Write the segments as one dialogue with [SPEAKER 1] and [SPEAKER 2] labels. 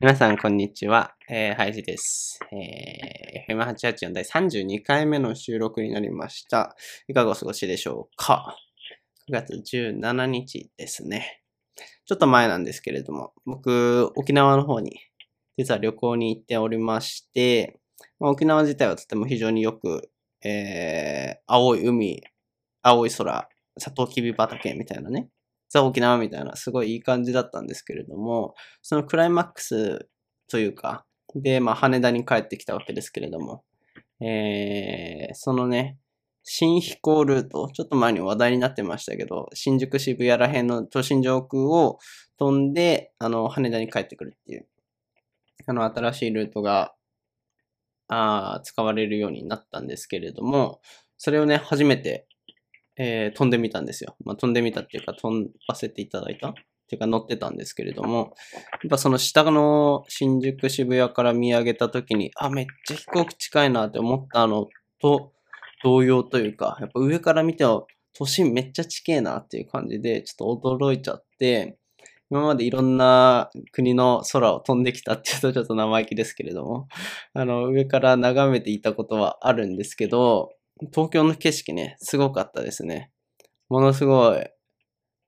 [SPEAKER 1] 皆さん、こんにちは。えー、ハイジです。えー、FM884 第32回目の収録になりました。いかがお過ごしでしょうか ?9 月17日ですね。ちょっと前なんですけれども、僕、沖縄の方に、実は旅行に行っておりまして、まあ、沖縄自体はとても非常によく、えー、青い海、青い空、サトウキビ畑みたいなね、ザ・沖縄みたいな、すごいいい感じだったんですけれども、そのクライマックスというか、で、まあ、羽田に帰ってきたわけですけれども、えー、そのね、新飛行ルート、ちょっと前に話題になってましたけど、新宿渋谷ら辺の都心上空を飛んで、あの、羽田に帰ってくるっていう、あの、新しいルートが、あー使われるようになったんですけれども、それをね、初めて、えー飛んでみたんですよ。まあ、飛んでみたっていうか、飛ばせていただいたっていうか乗ってたんですけれども、やっぱその下の新宿渋谷から見上げた時に、あ、めっちゃ飛行機近いなって思ったのと同様というか、やっぱ上から見ても都心めっちゃ近えなっていう感じで、ちょっと驚いちゃって、今までいろんな国の空を飛んできたっていうとちょっと生意気ですけれども、あの上から眺めていたことはあるんですけど、東京の景色ね、すごかったですね。ものすごい、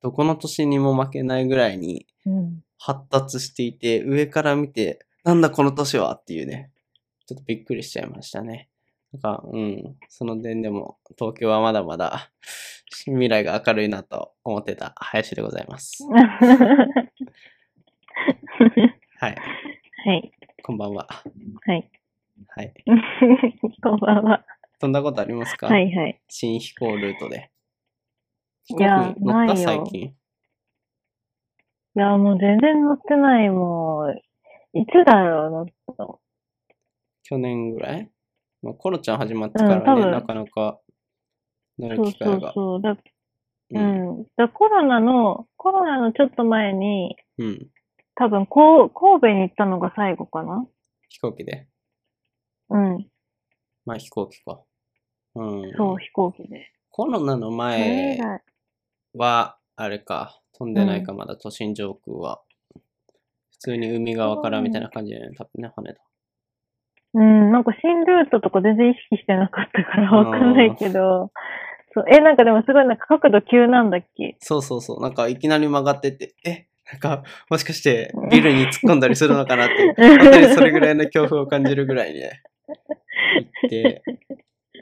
[SPEAKER 1] どこの都心にも負けないぐらいに
[SPEAKER 2] うん、
[SPEAKER 1] 発達していて、上から見て、なんだこの都市はっていうね、ちょっとびっくりしちゃいましたね。なんか、うん、その点でも、東京はまだまだ未来が明るいなと思ってた林でございます。
[SPEAKER 2] は
[SPEAKER 1] はい、
[SPEAKER 2] い、
[SPEAKER 1] こんばんは。
[SPEAKER 2] はい。
[SPEAKER 1] はい。
[SPEAKER 2] こんばんは。
[SPEAKER 1] 飛んだことありますか、
[SPEAKER 2] はい、はい。
[SPEAKER 1] 新飛行ルートで。飛
[SPEAKER 2] いや
[SPEAKER 1] 行機乗った
[SPEAKER 2] ない
[SPEAKER 1] 最
[SPEAKER 2] よ
[SPEAKER 1] 近。
[SPEAKER 2] いや、もう全然乗ってない、もう。いつだろう、乗ったの。
[SPEAKER 1] 去年ぐらい、まあ、コロちゃん始まってから
[SPEAKER 2] 多
[SPEAKER 1] ね、
[SPEAKER 2] 分
[SPEAKER 1] なかなか乗
[SPEAKER 2] そ
[SPEAKER 1] る
[SPEAKER 2] う
[SPEAKER 1] 機
[SPEAKER 2] そ
[SPEAKER 1] 会
[SPEAKER 2] う
[SPEAKER 1] が。
[SPEAKER 2] そう。だう
[SPEAKER 1] うん。
[SPEAKER 2] ん。だコロナの、コロナのちょっと前に、
[SPEAKER 1] うん。
[SPEAKER 2] 多分こう、神戸に行ったのが最後かな。
[SPEAKER 1] 飛行機で。
[SPEAKER 2] うん。
[SPEAKER 1] まあ飛行機か。うん。
[SPEAKER 2] そう、飛行機で。
[SPEAKER 1] コロナの
[SPEAKER 2] そ
[SPEAKER 1] 前
[SPEAKER 2] れ以来
[SPEAKER 1] は、あれか、飛んでないか、まだ都心上空は。普通に海側からみたいな感じだよね、多分ね、羽田。
[SPEAKER 2] うん、なんか新ルートとか全然意識してなかったからわかんないけど。そうえ、なんかでもすごいなんか角度急なんだっけ
[SPEAKER 1] そうそうそう、なんかいきなり曲がってって、え なんか、もしかしてビルに突っ込んだりするのかなって、本当にそれぐらいの恐怖を感じるぐらいにね、行って。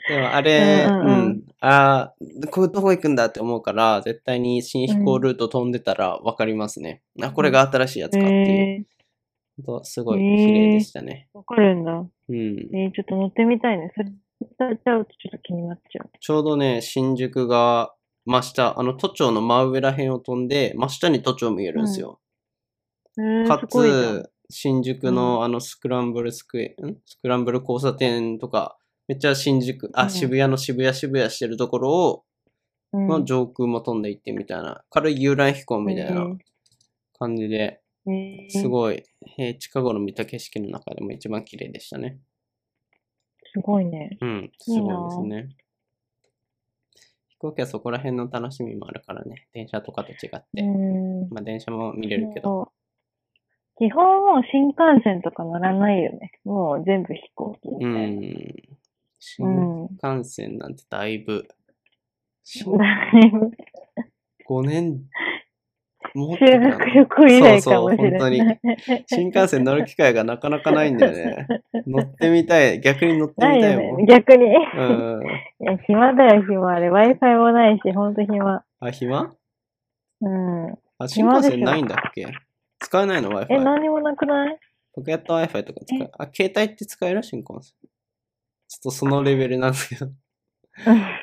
[SPEAKER 1] でもあれ、う
[SPEAKER 2] うんんうんうん
[SPEAKER 1] ああ、こういうとこ行くんだって思うから、絶対に新飛行
[SPEAKER 2] うん
[SPEAKER 1] ルート飛んでたら分かりますね。あ、これが新しいやつかっていう。
[SPEAKER 2] えー
[SPEAKER 1] ほんとすごい綺麗でしたね。
[SPEAKER 2] わかるんだ。
[SPEAKER 1] うん。
[SPEAKER 2] えー、ちょっと乗ってみたいね。それ、歌っちゃうとちょっと気になっちゃう。
[SPEAKER 1] ちょうどね、新宿が真下、あの都庁の真上ら辺を飛んで、真下に都庁見えるんですよ。
[SPEAKER 2] え
[SPEAKER 1] か
[SPEAKER 2] ー、すごいじゃん。
[SPEAKER 1] つ、新宿のあのスクランブルスクエ、んスクランブル交差点とか、めっちゃ新宿、
[SPEAKER 2] う
[SPEAKER 1] あ、
[SPEAKER 2] ん
[SPEAKER 1] 渋谷の渋谷渋谷してるところを、
[SPEAKER 2] うん
[SPEAKER 1] の上空も飛んでいってみたいな、軽い遊覧飛行みたいな感じで、
[SPEAKER 2] えー
[SPEAKER 1] すごい、えー近頃見た景色の中でも一番綺麗でしたね。
[SPEAKER 2] すごいね。
[SPEAKER 1] うん、す
[SPEAKER 2] いいな
[SPEAKER 1] ごいですね。飛行機はそこら辺の楽しみもあるからね、電車とかと違っ
[SPEAKER 2] う
[SPEAKER 1] て。
[SPEAKER 2] ん。
[SPEAKER 1] まあ電車も見れるけど、
[SPEAKER 2] そう基本もう新幹線とか乗らないよね。もう全部飛行機み
[SPEAKER 1] う
[SPEAKER 2] たいな。
[SPEAKER 1] ん。
[SPEAKER 2] う
[SPEAKER 1] 新
[SPEAKER 2] ん。
[SPEAKER 1] 幹線なんてだいぶ、新
[SPEAKER 2] だいぶ
[SPEAKER 1] 5年、もっと
[SPEAKER 2] 修
[SPEAKER 1] か
[SPEAKER 2] 学
[SPEAKER 1] な
[SPEAKER 2] 旅行以来かも
[SPEAKER 1] そう
[SPEAKER 2] しれ
[SPEAKER 1] そう
[SPEAKER 2] ない。
[SPEAKER 1] 本新幹線乗る機会がなかなかないんだよ ね。乗ってみたい。逆に乗ってみ
[SPEAKER 2] ない
[SPEAKER 1] たい
[SPEAKER 2] よ
[SPEAKER 1] もん。
[SPEAKER 2] ね。逆に。いうや、
[SPEAKER 1] ん。
[SPEAKER 2] 暇だよ、暇。あれ、Wi-Fi もないし、ほんと暇。
[SPEAKER 1] あ、暇
[SPEAKER 2] うん。
[SPEAKER 1] あ、新
[SPEAKER 2] 暇
[SPEAKER 1] 幹
[SPEAKER 2] ですよ
[SPEAKER 1] 線ないんだっけ使えないの
[SPEAKER 2] え、
[SPEAKER 1] ?Wi-Fi。
[SPEAKER 2] 何にもなくない
[SPEAKER 1] ポケット Wi-Fi とか使え、あ、携帯って使える新幹線。ちょっとそのレベルなんですけど、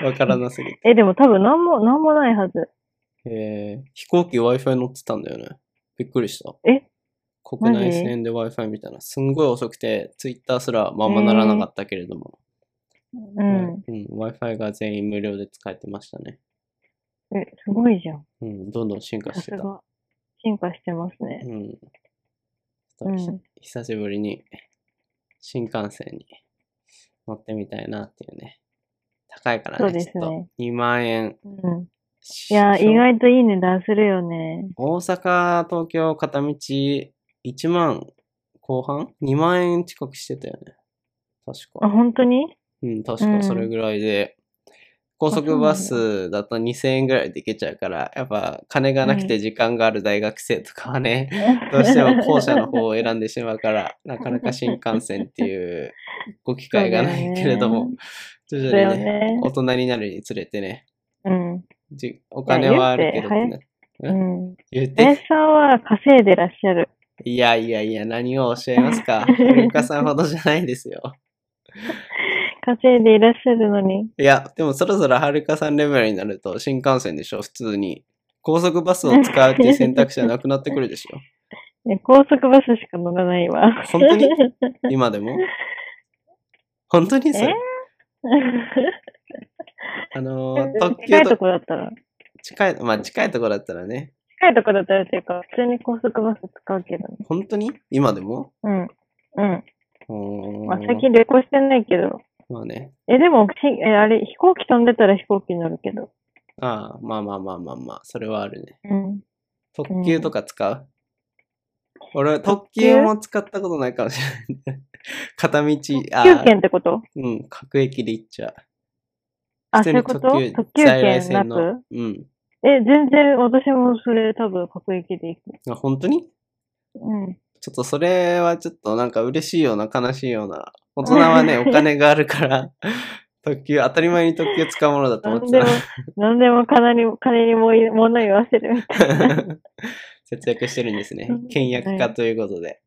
[SPEAKER 1] わからなすぎて。
[SPEAKER 2] え、でも多分なんも、なんもないはず。
[SPEAKER 1] えー、飛行機 Wi-Fi 乗ってたんだよね。びっくりした。
[SPEAKER 2] え
[SPEAKER 1] 国内
[SPEAKER 2] マジ
[SPEAKER 1] 線で Wi-Fi みたいな。すんごい遅くて、Twitter すらまんまならなかったけれども。
[SPEAKER 2] うん。
[SPEAKER 1] うん、Wi-Fi が全員無料で使えてましたね。
[SPEAKER 2] え、すごいじゃん。
[SPEAKER 1] うん、どんどん進化
[SPEAKER 2] さ
[SPEAKER 1] し
[SPEAKER 2] す
[SPEAKER 1] てた。
[SPEAKER 2] が。進化してますね。
[SPEAKER 1] うん。ち
[SPEAKER 2] う
[SPEAKER 1] ょっとひ
[SPEAKER 2] ん。
[SPEAKER 1] 久しぶりに新幹線に乗ってみたいなっていうね。高いからね、
[SPEAKER 2] そうです
[SPEAKER 1] ち
[SPEAKER 2] ね
[SPEAKER 1] ょっと2万円。
[SPEAKER 2] うん、
[SPEAKER 1] い
[SPEAKER 2] いや、意。外といい値段するよね。
[SPEAKER 1] 大阪、東京、片道1万後半 ?2 万円近くしてたよね。確か。
[SPEAKER 2] あ、本当に
[SPEAKER 1] うん、確かそれぐらいで。高速バスだと2000円ぐらいで行けちゃうから、やっぱ金がなくて時間がある大学生とかは ね、どうしても後 者の方を選んでしまうから、なかなか新幹線っていうご機会がないけれども、徐々
[SPEAKER 2] だよ
[SPEAKER 1] にね、
[SPEAKER 2] ね。
[SPEAKER 1] 大人になるにつれてね、
[SPEAKER 2] うん。
[SPEAKER 1] じお金はあるけどってな
[SPEAKER 2] うん。
[SPEAKER 1] 言って
[SPEAKER 2] 林さんは稼いでらっしゃる。
[SPEAKER 1] いやいやいや、何をおっしゃいますか。文化さんほどじゃないですよ。
[SPEAKER 2] 稼いでいらっしゃるのに。
[SPEAKER 1] いや、でもそろそろはるかさんレベルになると新幹線でしょ、普通に。高速バスを使うっていう選択肢はなくなってくるでしょ。
[SPEAKER 2] ね高速バスしか乗らないわ。
[SPEAKER 1] 本当 に今でも本当にそれ
[SPEAKER 2] え
[SPEAKER 1] あのー、特
[SPEAKER 2] 近
[SPEAKER 1] 急
[SPEAKER 2] いと
[SPEAKER 1] と
[SPEAKER 2] こだったら、
[SPEAKER 1] 近い、まあ近いところだったらね。
[SPEAKER 2] 近いとこだったらっていうか、普通に高速バス使うけどね。
[SPEAKER 1] 本当に今でも
[SPEAKER 2] うん。うん。
[SPEAKER 1] うーん
[SPEAKER 2] まあ、最近旅行してないけど。
[SPEAKER 1] まあね。
[SPEAKER 2] え、でも、しえ、あれ、飛行機飛んでたら飛行機乗るけど。
[SPEAKER 1] ああ、まあまあまあまあまあ、それはあるね。
[SPEAKER 2] うん。
[SPEAKER 1] 特急とか使う、俺、特急も使ったことないかもしれない。 片道、あ
[SPEAKER 2] 特急
[SPEAKER 1] あ、
[SPEAKER 2] 券ってこと
[SPEAKER 1] うん、各駅で行っちゃう。
[SPEAKER 2] あ、
[SPEAKER 1] 普
[SPEAKER 2] そ
[SPEAKER 1] 通
[SPEAKER 2] うい
[SPEAKER 1] に
[SPEAKER 2] うこと特急
[SPEAKER 1] 在来
[SPEAKER 2] 券な
[SPEAKER 1] 線
[SPEAKER 2] く
[SPEAKER 1] の。うん。
[SPEAKER 2] え、全然、私もそれ多分、各駅で行く。
[SPEAKER 1] あ、本当に
[SPEAKER 2] うん。
[SPEAKER 1] ちょっとそれはちょっとなんか嬉しいような悲しいような。大人は ね、お金があるから、特急、当たり前に特急使うものだと思
[SPEAKER 2] な
[SPEAKER 1] っ
[SPEAKER 2] ん
[SPEAKER 1] て
[SPEAKER 2] でも
[SPEAKER 1] た。、
[SPEAKER 2] なんでも金に、金にもい物言わせるみたい
[SPEAKER 1] 節約してるんですね
[SPEAKER 2] うん。
[SPEAKER 1] 倹約家ということで。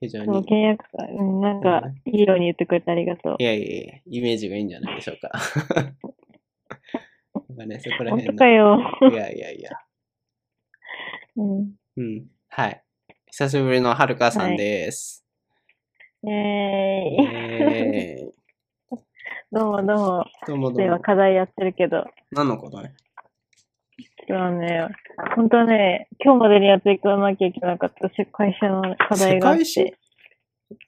[SPEAKER 1] 非常
[SPEAKER 2] な。もう
[SPEAKER 1] に。
[SPEAKER 2] 契約さ、うん、なんか
[SPEAKER 1] う、
[SPEAKER 2] いいように言ってくれてありがとう
[SPEAKER 1] い。やいやいや、イメージがいいんじゃないでしょうか。 なんかね、そこら
[SPEAKER 2] 本
[SPEAKER 1] 辺
[SPEAKER 2] 当
[SPEAKER 1] の
[SPEAKER 2] か。よ。
[SPEAKER 1] いやいやいや。
[SPEAKER 2] うん。
[SPEAKER 1] うん。はい。久しぶりのはるかさんです。
[SPEAKER 2] えーい。
[SPEAKER 1] えー
[SPEAKER 2] どうもどうも。
[SPEAKER 1] どうも
[SPEAKER 2] ちょ
[SPEAKER 1] ど
[SPEAKER 2] っと
[SPEAKER 1] う
[SPEAKER 2] 今
[SPEAKER 1] も。
[SPEAKER 2] 課題やってるけど。
[SPEAKER 1] 何のことね
[SPEAKER 2] 今日はね、本当はね、今日までにやっていかなきゃいけなかったし会社の課題があっ
[SPEAKER 1] 世界史
[SPEAKER 2] て。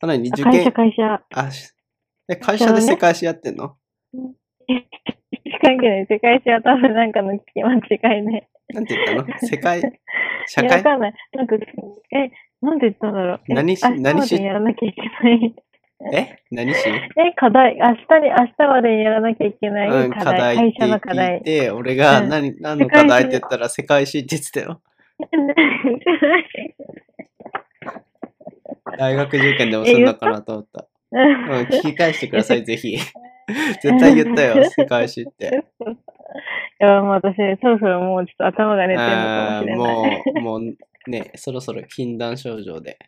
[SPEAKER 1] あ、なに
[SPEAKER 2] あ
[SPEAKER 1] 受
[SPEAKER 2] 会
[SPEAKER 1] 験
[SPEAKER 2] 社会社。
[SPEAKER 1] あ、しえ、会社で世界史やってんの
[SPEAKER 2] 世界けない。世界史は多分なんかの聞き間違いね。
[SPEAKER 1] なんて言ったの世界社
[SPEAKER 2] いやわ
[SPEAKER 1] 会
[SPEAKER 2] かんない。なんか、え、なんで言ったんだろう。え
[SPEAKER 1] 何し
[SPEAKER 2] 明日ま
[SPEAKER 1] 何し
[SPEAKER 2] でにやらなきゃいけない。
[SPEAKER 1] え何し
[SPEAKER 2] え、課題。明日に、明日までにやらなきゃいけな
[SPEAKER 1] う
[SPEAKER 2] い
[SPEAKER 1] ん、
[SPEAKER 2] 課
[SPEAKER 1] 課
[SPEAKER 2] 題。
[SPEAKER 1] 題っ
[SPEAKER 2] 会
[SPEAKER 1] て
[SPEAKER 2] 社の課
[SPEAKER 1] 聞い
[SPEAKER 2] 題。
[SPEAKER 1] て、俺が
[SPEAKER 2] うん
[SPEAKER 1] 何、何の
[SPEAKER 2] 世界
[SPEAKER 1] 課
[SPEAKER 2] 史
[SPEAKER 1] 題って言ったら世界史って言ってたよ。大学受験でもするのかなと思った。うん、聞き返してください、ぜ ひ。絶対言ったよ、世界史って。
[SPEAKER 2] いや、もう私、そろそろもうちょっと頭が寝てるのか
[SPEAKER 1] あ
[SPEAKER 2] もし
[SPEAKER 1] ー
[SPEAKER 2] れない。
[SPEAKER 1] もう、もうね、そろそろ禁断症状で、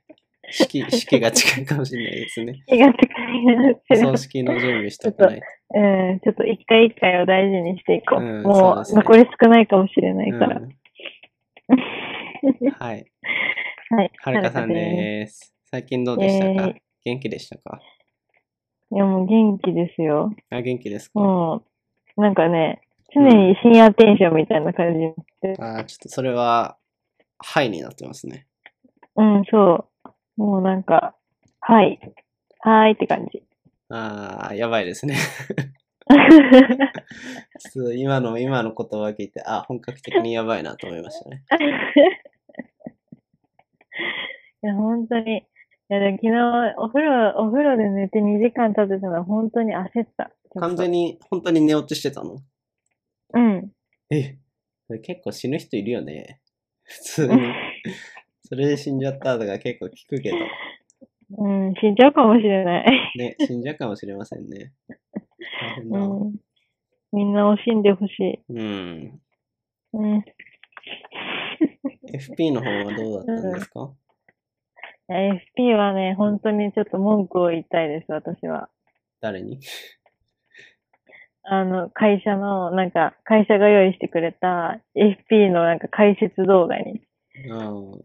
[SPEAKER 1] 式、式が近いかもしれないですね。
[SPEAKER 2] 気がつかになってる。
[SPEAKER 1] 葬式の準備しとかないと。
[SPEAKER 2] うん、ちょっと一回一回を大事にしていこう。
[SPEAKER 1] うんそう
[SPEAKER 2] も
[SPEAKER 1] です
[SPEAKER 2] う
[SPEAKER 1] ね
[SPEAKER 2] 残り少ないかもしれないから。
[SPEAKER 1] うんはい。
[SPEAKER 2] はい。
[SPEAKER 1] はるかさんです。最近どうでしたか、
[SPEAKER 2] えー
[SPEAKER 1] 元気でしたか
[SPEAKER 2] いや、もう元気ですよ。
[SPEAKER 1] あ、元気ですか、
[SPEAKER 2] もう、なんかね、常に深夜テンションみたいな感じ。
[SPEAKER 1] あーちょっとそれは、はいになってますね。
[SPEAKER 2] うん、そう。もうなんか、はい。はーいって感 じ。
[SPEAKER 1] ああ、やばいですね。ちょっと今の、今の言葉を聞いて、あ、本格的にやばいなと思いましたね。
[SPEAKER 2] いや、本当に。いや、でも昨日、お風呂、お風呂で寝て2時間経ってたのは本当に焦った。ちょっと
[SPEAKER 1] 完全に、本当に寝落ちしてたの
[SPEAKER 2] うん。
[SPEAKER 1] えそれ結構死ぬ人いるよね。普通に。それで死んじゃったとか結構聞くけど。
[SPEAKER 2] うん、死んじゃうかもしれない。
[SPEAKER 1] ね、死んじゃうかもしれませんね。大変
[SPEAKER 2] う
[SPEAKER 1] だわ
[SPEAKER 2] ん。みんな惜しんでほしい。
[SPEAKER 1] うん。
[SPEAKER 2] うん。
[SPEAKER 1] FP の方はどうだったんですか、
[SPEAKER 2] いや FP はね、本当にちょっと文句を言いたいです、私は。
[SPEAKER 1] 誰に
[SPEAKER 2] あの、会社の、なんか、会社が用意してくれた FP のなんか解説動画に。
[SPEAKER 1] うん。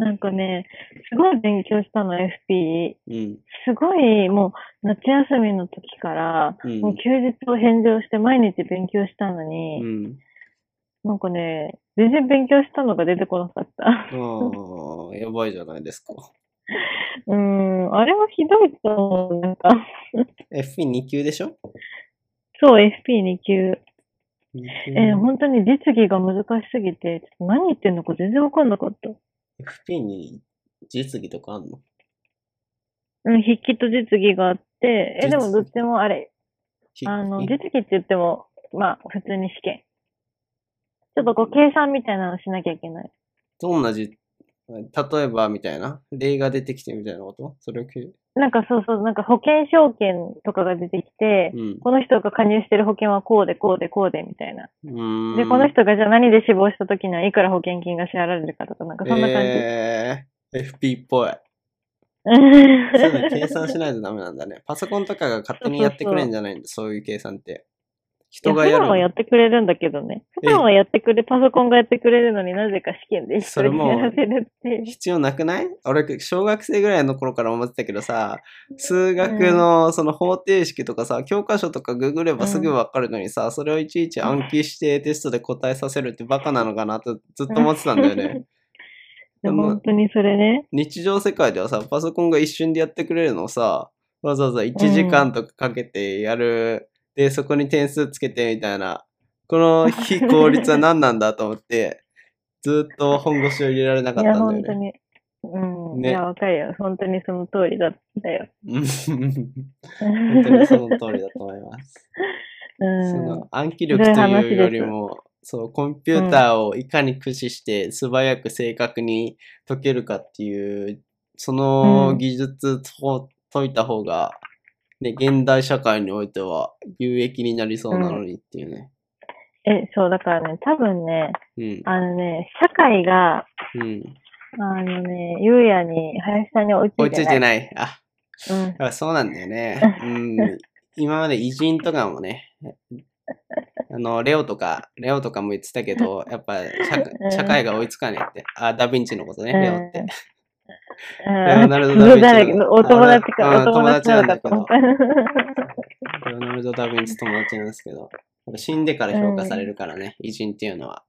[SPEAKER 2] なんかね、すごい勉強したの、FP。
[SPEAKER 1] うん。
[SPEAKER 2] すごい、もう、夏休みの時から、
[SPEAKER 1] うん
[SPEAKER 2] もう休日を返上して毎日勉強したの
[SPEAKER 1] う
[SPEAKER 2] に、
[SPEAKER 1] ん。
[SPEAKER 2] なんかね、全然勉強したのが出てこなかった。
[SPEAKER 1] ああ、やばいじゃないですか。
[SPEAKER 2] うーん、あれはひどいと思う。なんか、
[SPEAKER 1] FP2 級でしょ
[SPEAKER 2] そう、FP2 級。
[SPEAKER 1] ?2 級
[SPEAKER 2] えー本当に実技が難しすぎて、ちょっと何言ってんのか全然わかんなかった。
[SPEAKER 1] FP に実技とかあんの
[SPEAKER 2] うん、筆記と実技があって、え、でも
[SPEAKER 1] 実技
[SPEAKER 2] どっちもあれ、
[SPEAKER 1] ひ
[SPEAKER 2] あの、
[SPEAKER 1] ひ
[SPEAKER 2] 実技って言っても、まあ、普通に試験。ちょっとこう、計算みたいなのしなきゃいけない。
[SPEAKER 1] どんなじ、例えばみたいな、例が出てきてみたいなことそれをけ、
[SPEAKER 2] なんかそうそう、なんか保険証券とかが出てきて、
[SPEAKER 1] うん。
[SPEAKER 2] この人が加入してる保険はこうでこうでこうでみたいな。
[SPEAKER 1] うーん。
[SPEAKER 2] で、この人がじゃあ何で死亡した時にはいくら保険金が支払われるかとか、なんかそんな感じ。
[SPEAKER 1] えー、FP っぽい。そういうの計算しないとダメなんだ ね。パソコンとかが勝手にやってくれんじゃないんだ、そういう計算って。人が
[SPEAKER 2] い
[SPEAKER 1] や
[SPEAKER 2] や普段はや
[SPEAKER 1] る。
[SPEAKER 2] ってくれるんだけどね。
[SPEAKER 1] え
[SPEAKER 2] 普段はやってくれ、パソコンがやってくれるのになぜか試験で一
[SPEAKER 1] そ
[SPEAKER 2] 緒
[SPEAKER 1] れ
[SPEAKER 2] に
[SPEAKER 1] も
[SPEAKER 2] やらせるっていう。
[SPEAKER 1] 必要なくない俺、小学生ぐらいの頃から思ってたけどさ、数学のその方程式とかさ、教科書とかググればすぐわかるのにさ、それをいちいち暗記してテストで答えさせるってバカなのかなとずっと思ってたんだよ ね。
[SPEAKER 2] でも本当にそれね。
[SPEAKER 1] 日常世界ではさパソコンが一瞬でやってくれるのをさわざわざ1時間とかかけてやる、でそこに点数つけてみたいなこの非効率は何なんだと思って ずっと本腰を入れられなかっ
[SPEAKER 2] い
[SPEAKER 1] た
[SPEAKER 2] や、
[SPEAKER 1] んだ
[SPEAKER 2] 本
[SPEAKER 1] よ
[SPEAKER 2] 当
[SPEAKER 1] ね。
[SPEAKER 2] に。うん。
[SPEAKER 1] ね
[SPEAKER 2] いや、わかるよ。本当にその通りだったよ。
[SPEAKER 1] 本
[SPEAKER 2] 本
[SPEAKER 1] 当にそ の通りだと思います。その暗記力というよりもそうコンピューターをいかに駆使して素早く正確に解けるかっていうその
[SPEAKER 2] うん
[SPEAKER 1] 技術を解いた方が、ね、現代社会においては有益になりそうなのにっていうね。
[SPEAKER 2] うん。え、そう、だからね、多分ね、
[SPEAKER 1] うん。
[SPEAKER 2] あのね、社会が、
[SPEAKER 1] うん。
[SPEAKER 2] あのね、ゆうやに、林さんに追いついて
[SPEAKER 1] 追
[SPEAKER 2] ない。
[SPEAKER 1] いついてない。あ、
[SPEAKER 2] うん
[SPEAKER 1] やっ。ぱそうなんだよね。うん。今まで偉人とかもね、あの、レオとか、レオとかも言ってたけど、やっぱ
[SPEAKER 2] うん
[SPEAKER 1] 社社会が追いつかねえって。あ、ダヴィンチのことね、
[SPEAKER 2] うん
[SPEAKER 1] レオって。レ
[SPEAKER 2] う
[SPEAKER 1] オ
[SPEAKER 2] ん。
[SPEAKER 1] ナルドダヴィンチの
[SPEAKER 2] 誰お友達か、
[SPEAKER 1] あ
[SPEAKER 2] お友達なのかと思った。
[SPEAKER 1] レオナルド・ダ・ヴィンチ友達なんですけど、やっぱ死んでから評価されるからね、偉人っていうのは。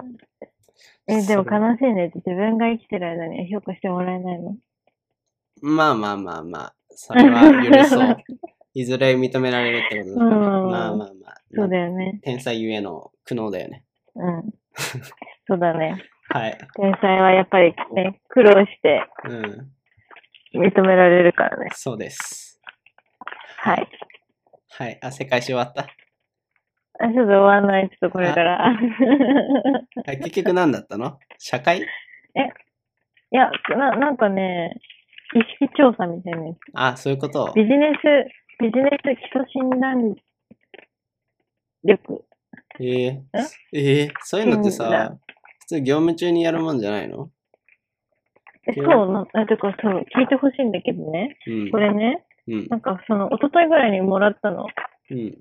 [SPEAKER 2] え、でも
[SPEAKER 1] それ
[SPEAKER 2] 悲しいね。自分が生きてる間には評価してもらえないの。
[SPEAKER 1] まあまあまあまあ、それ は許そう。いずれ認められるってことだから、
[SPEAKER 2] うん
[SPEAKER 1] まあまあまあ。
[SPEAKER 2] そうだよね。
[SPEAKER 1] 天才ゆえの苦悩だよね。
[SPEAKER 2] うん。そうだね。
[SPEAKER 1] はい。
[SPEAKER 2] 天才はやっぱりね、苦労して
[SPEAKER 1] うん。
[SPEAKER 2] 認められるからね。
[SPEAKER 1] そうです。
[SPEAKER 2] はい。
[SPEAKER 1] はい。あ、世界史終わった。
[SPEAKER 2] あ、ちょっと終わんない。ちょっとこれから。 い
[SPEAKER 1] はい、結局何だったの社会
[SPEAKER 2] やな、なんかね、意識調査みたいなやつ。
[SPEAKER 1] あ、そういうこと
[SPEAKER 2] ビジネス、ビジネス基礎診断力。
[SPEAKER 1] えー、えー、そういうのって
[SPEAKER 2] うん
[SPEAKER 1] さ
[SPEAKER 2] だ、
[SPEAKER 1] 普通業務中にやるもんじゃないの
[SPEAKER 2] え、
[SPEAKER 1] い
[SPEAKER 2] そ
[SPEAKER 1] や
[SPEAKER 2] うな、あてかそう、聞いてほしいんだけどね。
[SPEAKER 1] うん
[SPEAKER 2] こ。れね、
[SPEAKER 1] うん
[SPEAKER 2] な。んかその、一昨日ぐらいにもらったの。
[SPEAKER 1] うん。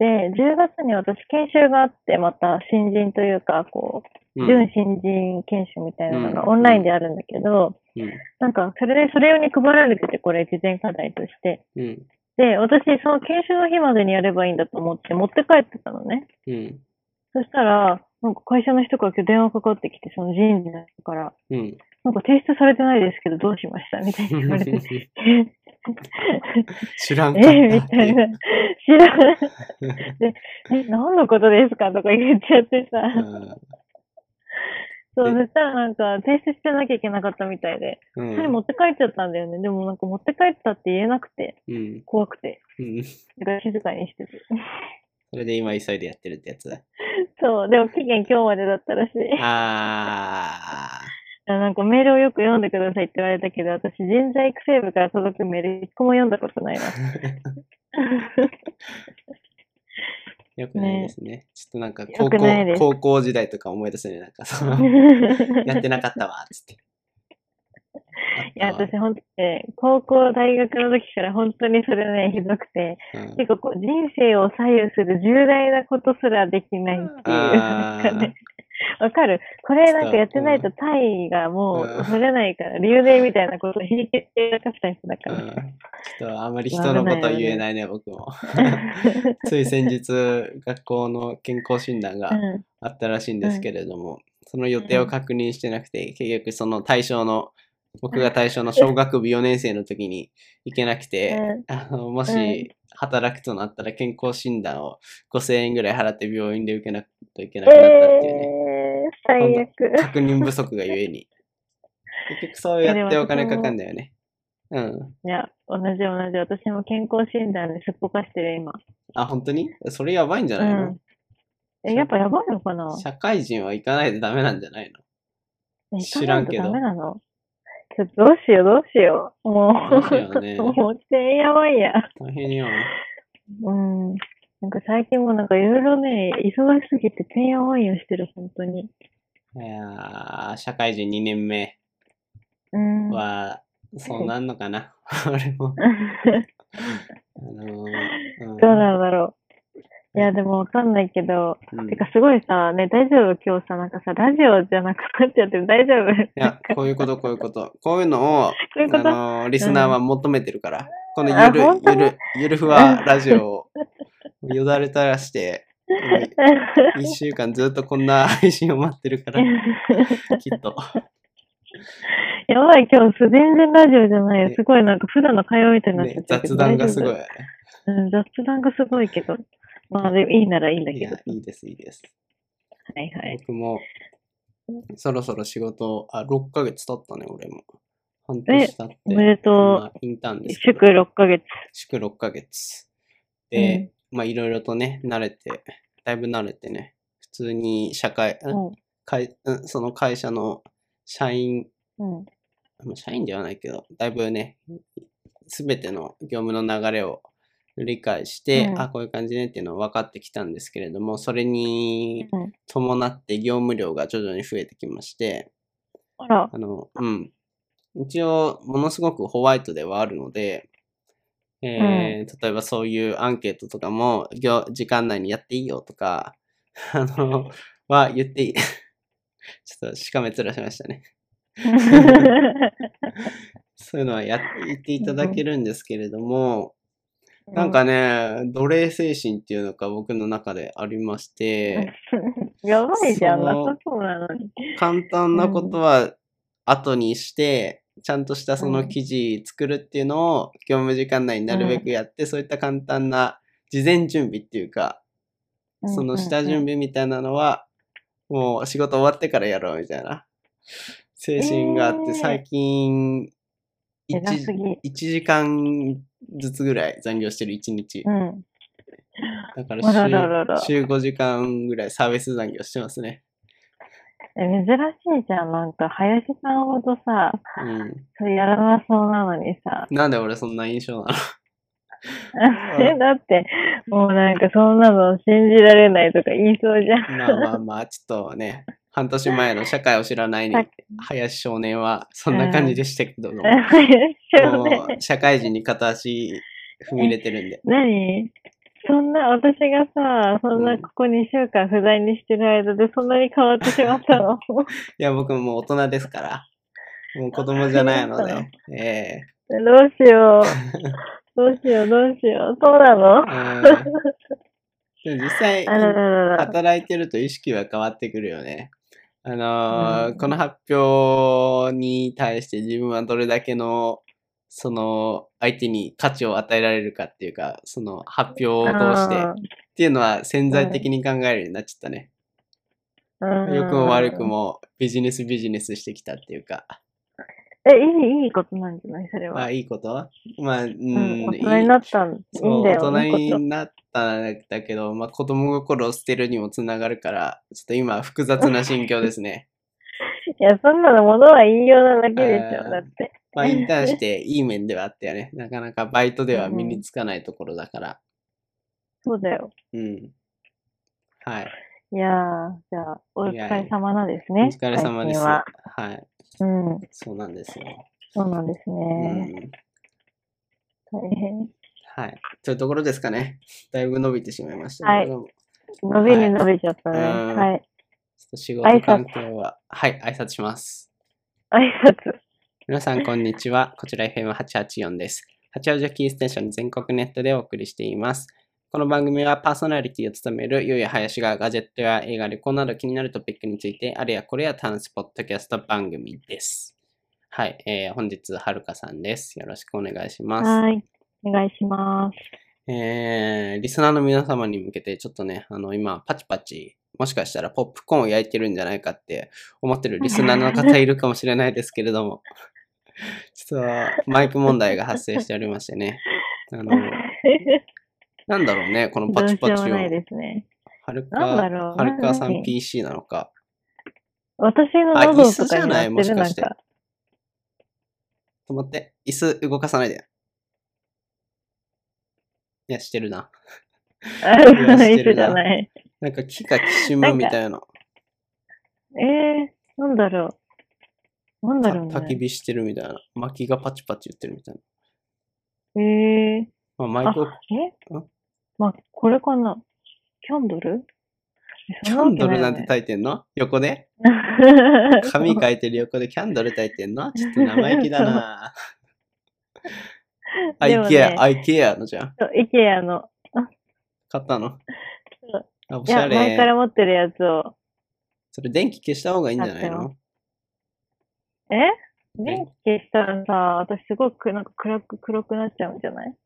[SPEAKER 2] で、10月に私研修があって、また新人というか、こ
[SPEAKER 1] う
[SPEAKER 2] う、
[SPEAKER 1] ん。
[SPEAKER 2] 準新人研修みたいなの
[SPEAKER 1] う
[SPEAKER 2] が
[SPEAKER 1] ん
[SPEAKER 2] オンラインであるんだけど、
[SPEAKER 1] うん。
[SPEAKER 2] なんか、それで、それ用に配られてて、これ、事前課題として。
[SPEAKER 1] うん。
[SPEAKER 2] で、私、その研修の日までにやればいいんだと思って、持って帰ってたのね。
[SPEAKER 1] うん。
[SPEAKER 2] そしたら、なんか会社の人から今日電話かかってきて、その人事の人から、
[SPEAKER 1] うん。
[SPEAKER 2] なんか提出されてないですけど、どうしましたみたいに言わ れて、
[SPEAKER 1] 知らんかっ
[SPEAKER 2] え
[SPEAKER 1] た
[SPEAKER 2] み
[SPEAKER 1] って
[SPEAKER 2] たい
[SPEAKER 1] いう。
[SPEAKER 2] な。知らない。で、え、何のことですかとか言っちゃってさ。そう、
[SPEAKER 1] で
[SPEAKER 2] そしたらなんか、提出してなきゃいけなかったみたいで、
[SPEAKER 1] うん。
[SPEAKER 2] そうれ
[SPEAKER 1] ん
[SPEAKER 2] 持って帰っちゃったんだよね。でもなんか持って帰ったって言えなくて、
[SPEAKER 1] うん。
[SPEAKER 2] 怖くて。
[SPEAKER 1] うん。
[SPEAKER 2] だから静かにして て。
[SPEAKER 1] それで今急いでやってるってやつだ。
[SPEAKER 2] そう、でも期限今日までだったらしい。
[SPEAKER 1] あ
[SPEAKER 2] なんかメールをよく読んでくださいって言われたけど、私人材育成部から届くメール一個も読んだこ とないな。
[SPEAKER 1] ー。よくないですね。ちょっとなんか高
[SPEAKER 2] よくな
[SPEAKER 1] 校
[SPEAKER 2] いです
[SPEAKER 1] 高校時代とか思い出すね。 なんかそのやってなかったわ、つって。
[SPEAKER 2] いや、
[SPEAKER 1] あったわ
[SPEAKER 2] 私本当ね、高校、大学の時から本当にそれね、ひどくて、
[SPEAKER 1] うん
[SPEAKER 2] 結構こう人生を左右する重大なことすらできないっていう、
[SPEAKER 1] あ
[SPEAKER 2] な
[SPEAKER 1] ー
[SPEAKER 2] んかね、わかるこれなんかやってないと単位がも
[SPEAKER 1] うん
[SPEAKER 2] う取れないから、留年みたいなことを平気でやらかした人だか
[SPEAKER 1] う
[SPEAKER 2] ら。
[SPEAKER 1] んちょっとあんまり人のことは言えないね、僕も。つい先日、学校の健康診断 が
[SPEAKER 2] うん
[SPEAKER 1] あったらしいんですけれども、その予定を確認してなくて、結局その対象の、僕が対象の小学部4年生の時に行けなくて、
[SPEAKER 2] う
[SPEAKER 1] あのも
[SPEAKER 2] うん、
[SPEAKER 1] し働くとなったら健康診断を5000円ぐらい払って病院で受けなくといけなんくなったっていうね、
[SPEAKER 2] えー、最悪。
[SPEAKER 1] 確認不足がゆえに。結局そうやってお金かかんだよね。うん。
[SPEAKER 2] いや、同じ同じ。私も健康診断ですっぽかしてる、今。
[SPEAKER 1] あ、本当にそれやばいんじゃ
[SPEAKER 2] う
[SPEAKER 1] ない
[SPEAKER 2] ん
[SPEAKER 1] の、。
[SPEAKER 2] え、やっぱやばいのかな
[SPEAKER 1] 社会人は行かないとダメなんじゃないの
[SPEAKER 2] ね
[SPEAKER 1] 知らんけど
[SPEAKER 2] 行かないとダメなのちょっとどうしよう、どうしよう。も
[SPEAKER 1] どうしよう
[SPEAKER 2] う、
[SPEAKER 1] ね
[SPEAKER 2] もう、全員やばいや。
[SPEAKER 1] 大変よ。
[SPEAKER 2] うん。なんか最近もなんかいろいろね、忙しすぎて、てんやわんやしてる、本当に。
[SPEAKER 1] いやー社会人2年目
[SPEAKER 2] うん。
[SPEAKER 1] は、そうなんのかな 俺も。
[SPEAKER 2] ど
[SPEAKER 1] あのーうん
[SPEAKER 2] うなんだろう。いや、でもわかんないけど、
[SPEAKER 1] うん
[SPEAKER 2] てかすごいさ、ね、大丈夫今日さ、なんかさ、ラジオじゃなくなっちゃってる大丈夫
[SPEAKER 1] いや、こういうこと、こういうこと。こういうのを、
[SPEAKER 2] そういうこ
[SPEAKER 1] あ
[SPEAKER 2] と
[SPEAKER 1] のーリスナーは求めてるから。このゆ
[SPEAKER 2] あ
[SPEAKER 1] る
[SPEAKER 2] 本、当
[SPEAKER 1] ゆる、ゆるふわラジオを、よだれ垂ら して、1週間ずっとこんな配信を待ってるから、きっと。
[SPEAKER 2] やばい、今日全然ラジオじゃないよ。
[SPEAKER 1] ね
[SPEAKER 2] すごい、なんか普段の会話みたいになっちゃ
[SPEAKER 1] ね
[SPEAKER 2] っ、てるけ
[SPEAKER 1] 雑
[SPEAKER 2] ど
[SPEAKER 1] 談がすごい。。
[SPEAKER 2] 大丈夫うん、雑談がすごいけど。まあ、でもいいならいいんだ
[SPEAKER 1] い
[SPEAKER 2] け
[SPEAKER 1] や
[SPEAKER 2] ど。、
[SPEAKER 1] いいです、いいです。
[SPEAKER 2] はいはい。
[SPEAKER 1] 僕も、そろそろ仕事、あ、6ヶ月経ったね、俺も。半
[SPEAKER 2] え
[SPEAKER 1] 年経って。
[SPEAKER 2] おめでと
[SPEAKER 1] まあ、インターン
[SPEAKER 2] う。
[SPEAKER 1] ですけど
[SPEAKER 2] 祝6ヶ月。
[SPEAKER 1] 祝6ヶ月。で、まあいろいろとね、慣れて、だいぶ慣れてね、普通に社会、ん
[SPEAKER 2] うん。
[SPEAKER 1] 会うんその会社の社員、
[SPEAKER 2] うん。
[SPEAKER 1] まあ社員ではないけど、だいぶね、すべての業務の流れを理解して、
[SPEAKER 2] うん
[SPEAKER 1] あ、こういう感じねっていうのを分かってきたんですけれども、それに
[SPEAKER 2] うん
[SPEAKER 1] 伴って業務量が徐々に増えてきまして、
[SPEAKER 2] あら、
[SPEAKER 1] あの、うん。一応、ものすごくホワイトではあるので、えー例えばそういうアンケートとかも、業時間内にやっていいよとか、 あの、は言っていい。 ちょっとしかめ面しましたね。そういうのはやっ言っていただけるんですけれども、 なんかね、奴隷精神っていうのが僕の中でありまして、
[SPEAKER 2] やばいじゃん、
[SPEAKER 1] そ
[SPEAKER 2] な
[SPEAKER 1] の
[SPEAKER 2] さそうなのに。
[SPEAKER 1] 簡単なことは後にして、ちゃんとしたその記事作るっていうのを業務時間内になるべくやって、そういった簡単な事前準備っていうか、その下準備みたいなのは、もう仕事終わってからやろうみたいな精神があって、
[SPEAKER 2] えー
[SPEAKER 1] 最近
[SPEAKER 2] うんうんうん。偉す
[SPEAKER 1] 1,
[SPEAKER 2] ぎ。
[SPEAKER 1] 時間ずつぐらい残業してる1日
[SPEAKER 2] う。ん。
[SPEAKER 1] だから
[SPEAKER 2] あらららら
[SPEAKER 1] 週週5時間ぐらいサービス残業してますね。
[SPEAKER 2] え珍しいじゃん、なんか、林さんほどさ、
[SPEAKER 1] うん。
[SPEAKER 2] それやらなそうなのにさ。
[SPEAKER 1] なんで俺そんな印象なの
[SPEAKER 2] え、 だって、もうなんかそんなの信じられないとか言いそうじゃ ん。
[SPEAKER 1] まあまあまあ、ちょっとね、半年前の社会を知らないに
[SPEAKER 2] はい、
[SPEAKER 1] 林少年はそんな感じでしたけども、
[SPEAKER 2] そう
[SPEAKER 1] も
[SPEAKER 2] ね
[SPEAKER 1] う。社会人に片足踏み入れてるん で。
[SPEAKER 2] 何そんな、私がさ、そんなここ2週間不在にしてる間でそんなに変わってしまったの
[SPEAKER 1] いや、僕ももう大人ですから、もう子供じゃないの
[SPEAKER 2] あそう
[SPEAKER 1] で、え
[SPEAKER 2] どうし よう。どうしよう、どうしよう。そうなの
[SPEAKER 1] え うんでも実際、
[SPEAKER 2] あらららら。
[SPEAKER 1] 働いてると意識は変わってくるよね。あのー
[SPEAKER 2] うん
[SPEAKER 1] この発表に対して自分はどれだけの、その、相手に価値を与えられるかっていうか、その発表を通してっ
[SPEAKER 2] あ
[SPEAKER 1] ていうのは潜在的に考えるようになっちゃったね。
[SPEAKER 2] ー
[SPEAKER 1] 良くも悪く。もビジネスビジネスしてきたっていうか。
[SPEAKER 2] うんえ、いい、いいことなんじゃないそれ
[SPEAKER 1] ま
[SPEAKER 2] は。
[SPEAKER 1] あいいことまあ、うん、
[SPEAKER 2] うん、大
[SPEAKER 1] いい
[SPEAKER 2] 人になったん、いい
[SPEAKER 1] そ
[SPEAKER 2] ん
[SPEAKER 1] う、
[SPEAKER 2] だ
[SPEAKER 1] 大
[SPEAKER 2] よ。いい
[SPEAKER 1] 人
[SPEAKER 2] こと
[SPEAKER 1] になったんだけど、まあ子供心を捨てるにもつながるから、ちょっと今複雑な心境ですね。
[SPEAKER 2] いや、そんなのものは言いようなだけでし
[SPEAKER 1] あー
[SPEAKER 2] ょ。だって。
[SPEAKER 1] まあ、インターンしていい面ではあったよね。なかなかバイトでは身につかないところだから。
[SPEAKER 2] そうだよ。
[SPEAKER 1] うん。はい。
[SPEAKER 2] いやー、じゃあ、お疲れ様なんです
[SPEAKER 1] お
[SPEAKER 2] ね。
[SPEAKER 1] 疲れ様です。
[SPEAKER 2] 最近は
[SPEAKER 1] は。い。
[SPEAKER 2] うん、
[SPEAKER 1] そうなんですよ。
[SPEAKER 2] そうなんです
[SPEAKER 1] う
[SPEAKER 2] ね。
[SPEAKER 1] ん。
[SPEAKER 2] 大変。
[SPEAKER 1] はい。というところですかね。だいぶ伸びてしまいましたけれども。ち
[SPEAKER 2] 伸びに伸びちゃったね。
[SPEAKER 1] うん
[SPEAKER 2] はい。
[SPEAKER 1] ょっと仕事関係は、はい、挨拶します。
[SPEAKER 2] 挨拶。
[SPEAKER 1] 皆さん、こんにちは。こちら FM884 です。八王子をキーステーションに全国ネットでお送りしています。この番組はパーソナリティを務めるゆうやはやしがガジェットや映画、旅行など気になるトピックについてあれやこれやタンスポッドキャスト番組です。はい、えー、本日はるかさんです。よろしくお願いします。
[SPEAKER 2] はい。お願いします。
[SPEAKER 1] えー、リスナーの皆様に向けてちょっとね、あの今パチパチ、もしかしたらポップコーンを焼 いてるんじゃないかって思ってるリスナーの方いるかもしれないですけれども、ちそう、マイク問題が発生しておりましてね。あの、 なんだろうね、この
[SPEAKER 2] ど
[SPEAKER 1] パ
[SPEAKER 2] う
[SPEAKER 1] チ
[SPEAKER 2] し
[SPEAKER 1] パ
[SPEAKER 2] よう
[SPEAKER 1] チ
[SPEAKER 2] も
[SPEAKER 1] 音。
[SPEAKER 2] ないですね。
[SPEAKER 1] はるか、
[SPEAKER 2] なんだろう
[SPEAKER 1] はるかさん
[SPEAKER 2] 何
[SPEAKER 1] PC なのか。
[SPEAKER 2] 私の
[SPEAKER 1] あ
[SPEAKER 2] 喉
[SPEAKER 1] 椅子
[SPEAKER 2] と
[SPEAKER 1] じ
[SPEAKER 2] か
[SPEAKER 1] ゃ
[SPEAKER 2] に
[SPEAKER 1] な
[SPEAKER 2] ないって
[SPEAKER 1] もし
[SPEAKER 2] る
[SPEAKER 1] か
[SPEAKER 2] なん
[SPEAKER 1] して
[SPEAKER 2] か。
[SPEAKER 1] 止まって、椅子動かさないで。いや、してるな。
[SPEAKER 2] あ、
[SPEAKER 1] や
[SPEAKER 2] の
[SPEAKER 1] して
[SPEAKER 2] 椅
[SPEAKER 1] る
[SPEAKER 2] 子
[SPEAKER 1] な
[SPEAKER 2] じゃない。
[SPEAKER 1] なんか木がきしむみたいな。
[SPEAKER 2] ええー、なんだろう。なんだろう
[SPEAKER 1] た焚き
[SPEAKER 2] ね。
[SPEAKER 1] 火してるみたいな。薪がパチパチ言ってるみたいな。
[SPEAKER 2] ええー。
[SPEAKER 1] まあ、マイクを、
[SPEAKER 2] え
[SPEAKER 1] ん
[SPEAKER 2] まあ、これかな。キャンドル
[SPEAKER 1] キャンドルなんて
[SPEAKER 2] イ
[SPEAKER 1] 炊いてんの横で
[SPEAKER 2] プ
[SPEAKER 1] 紙 書いてる横でキャンドル焚いてんのちょっと生意気だなぁ。
[SPEAKER 2] でも
[SPEAKER 1] IKEA、
[SPEAKER 2] ね
[SPEAKER 1] IKEA のじゃん。
[SPEAKER 2] IKEA の。
[SPEAKER 1] 買ったの
[SPEAKER 2] そう。
[SPEAKER 1] あ、お
[SPEAKER 2] い
[SPEAKER 1] しゃ
[SPEAKER 2] や、前から
[SPEAKER 1] れ。
[SPEAKER 2] 持ってるやつを。
[SPEAKER 1] それ電気消した方がいいんじゃない
[SPEAKER 2] 買って
[SPEAKER 1] の
[SPEAKER 2] え電気消したらさ、私すごくなんか暗く、黒くなっちゃうんじゃない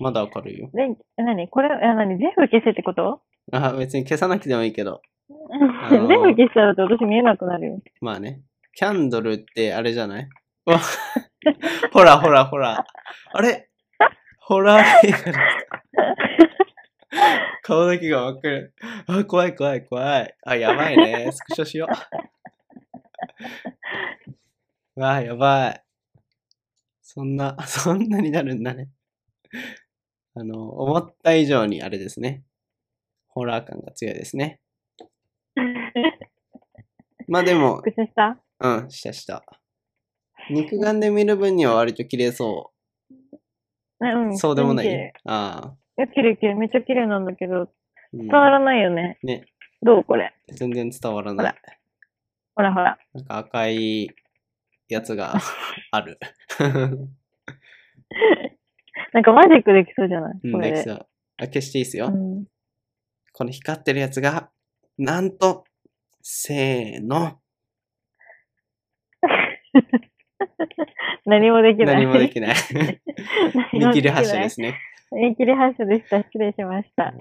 [SPEAKER 1] まだ明るいよ。
[SPEAKER 2] 電気、え何これ、え、何全部消せってこと
[SPEAKER 1] あ、別に消さなくてもいいけど。
[SPEAKER 2] 全部消したらだって私見えなくなるよ。
[SPEAKER 1] まあね。キャンドルってあれじゃない わほらほらほら。あれホラー映画だ顔だけが真っ暗。あ、怖い怖い怖い。あ、やばいね。スクショしよう。わあ、やばい。そんな、そんなになるんだね。あの、思った以上にあれですね。ホラー感が強いですね。まあでも、
[SPEAKER 2] 口した
[SPEAKER 1] うん、したした。肉眼で見る分には割と綺麗そ
[SPEAKER 2] ねう
[SPEAKER 1] う。
[SPEAKER 2] ん。
[SPEAKER 1] そうでもな
[SPEAKER 2] 普通に綺
[SPEAKER 1] いああ。
[SPEAKER 2] 麗いや、綺麗綺麗。めっちゃ綺麗なんだけど、
[SPEAKER 1] うん
[SPEAKER 2] 伝わらないよね。
[SPEAKER 1] ね、
[SPEAKER 2] どうこれ。
[SPEAKER 1] 全然伝わらない。
[SPEAKER 2] ほらほら。
[SPEAKER 1] なんか赤いやつ がある。
[SPEAKER 2] なんかマジックできそうじゃない
[SPEAKER 1] うん
[SPEAKER 2] これ
[SPEAKER 1] で
[SPEAKER 2] で。
[SPEAKER 1] きそう。あ消していいですよ。
[SPEAKER 2] うん
[SPEAKER 1] この光ってるやつが、なんと、せーの。
[SPEAKER 2] 何もできない。。
[SPEAKER 1] 何もできない。見切り発車ですすね。
[SPEAKER 2] 見切り発車でした。失礼しました。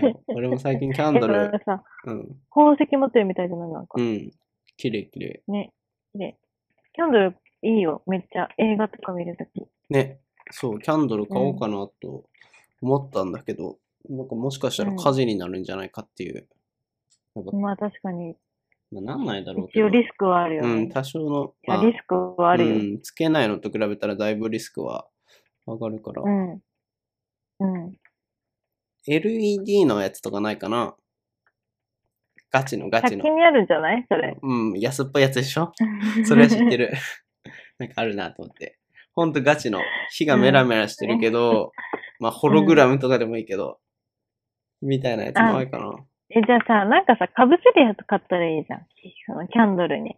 [SPEAKER 1] そう俺も最近キャンド
[SPEAKER 2] えこ
[SPEAKER 1] ル
[SPEAKER 2] れ、さ、
[SPEAKER 1] うん、
[SPEAKER 2] 宝石持ってるみたいじゃないなんか
[SPEAKER 1] う。ん、綺麗綺麗。
[SPEAKER 2] ね。綺麗。キャンドルいいよ。めっちゃ。映画とか見るとき。
[SPEAKER 1] ね、そう、キャンドル買おうかなと思ったんだけど、なんかもしかしたら
[SPEAKER 2] うん
[SPEAKER 1] 火事になるんじゃないかっていう。やっぱ、
[SPEAKER 2] まあ確かに、
[SPEAKER 1] まあなんないだろうけ
[SPEAKER 2] 一
[SPEAKER 1] ど。
[SPEAKER 2] 応リスクはあるよ
[SPEAKER 1] う
[SPEAKER 2] ね。
[SPEAKER 1] ん、多少の、
[SPEAKER 2] いやリスクはあるよ。
[SPEAKER 1] うん、つけないのと比べたらだいぶリスクは上がるから。
[SPEAKER 2] うん。うん。
[SPEAKER 1] LED のやつとかないかなガチのガ
[SPEAKER 2] 先
[SPEAKER 1] チの。
[SPEAKER 2] にあるんじゃないそれ。
[SPEAKER 1] うん、安っぽいやつでしょそれは知って る。なんかあるなと思って。ほんとガチの。火がメラメラしてるけど、まあホログラムとかでもいいけど、みたいなやつもないかな。
[SPEAKER 2] え、じゃあさ、なんかさ、かぶせるやつ買ったらいいじゃん。そのキャンドルに。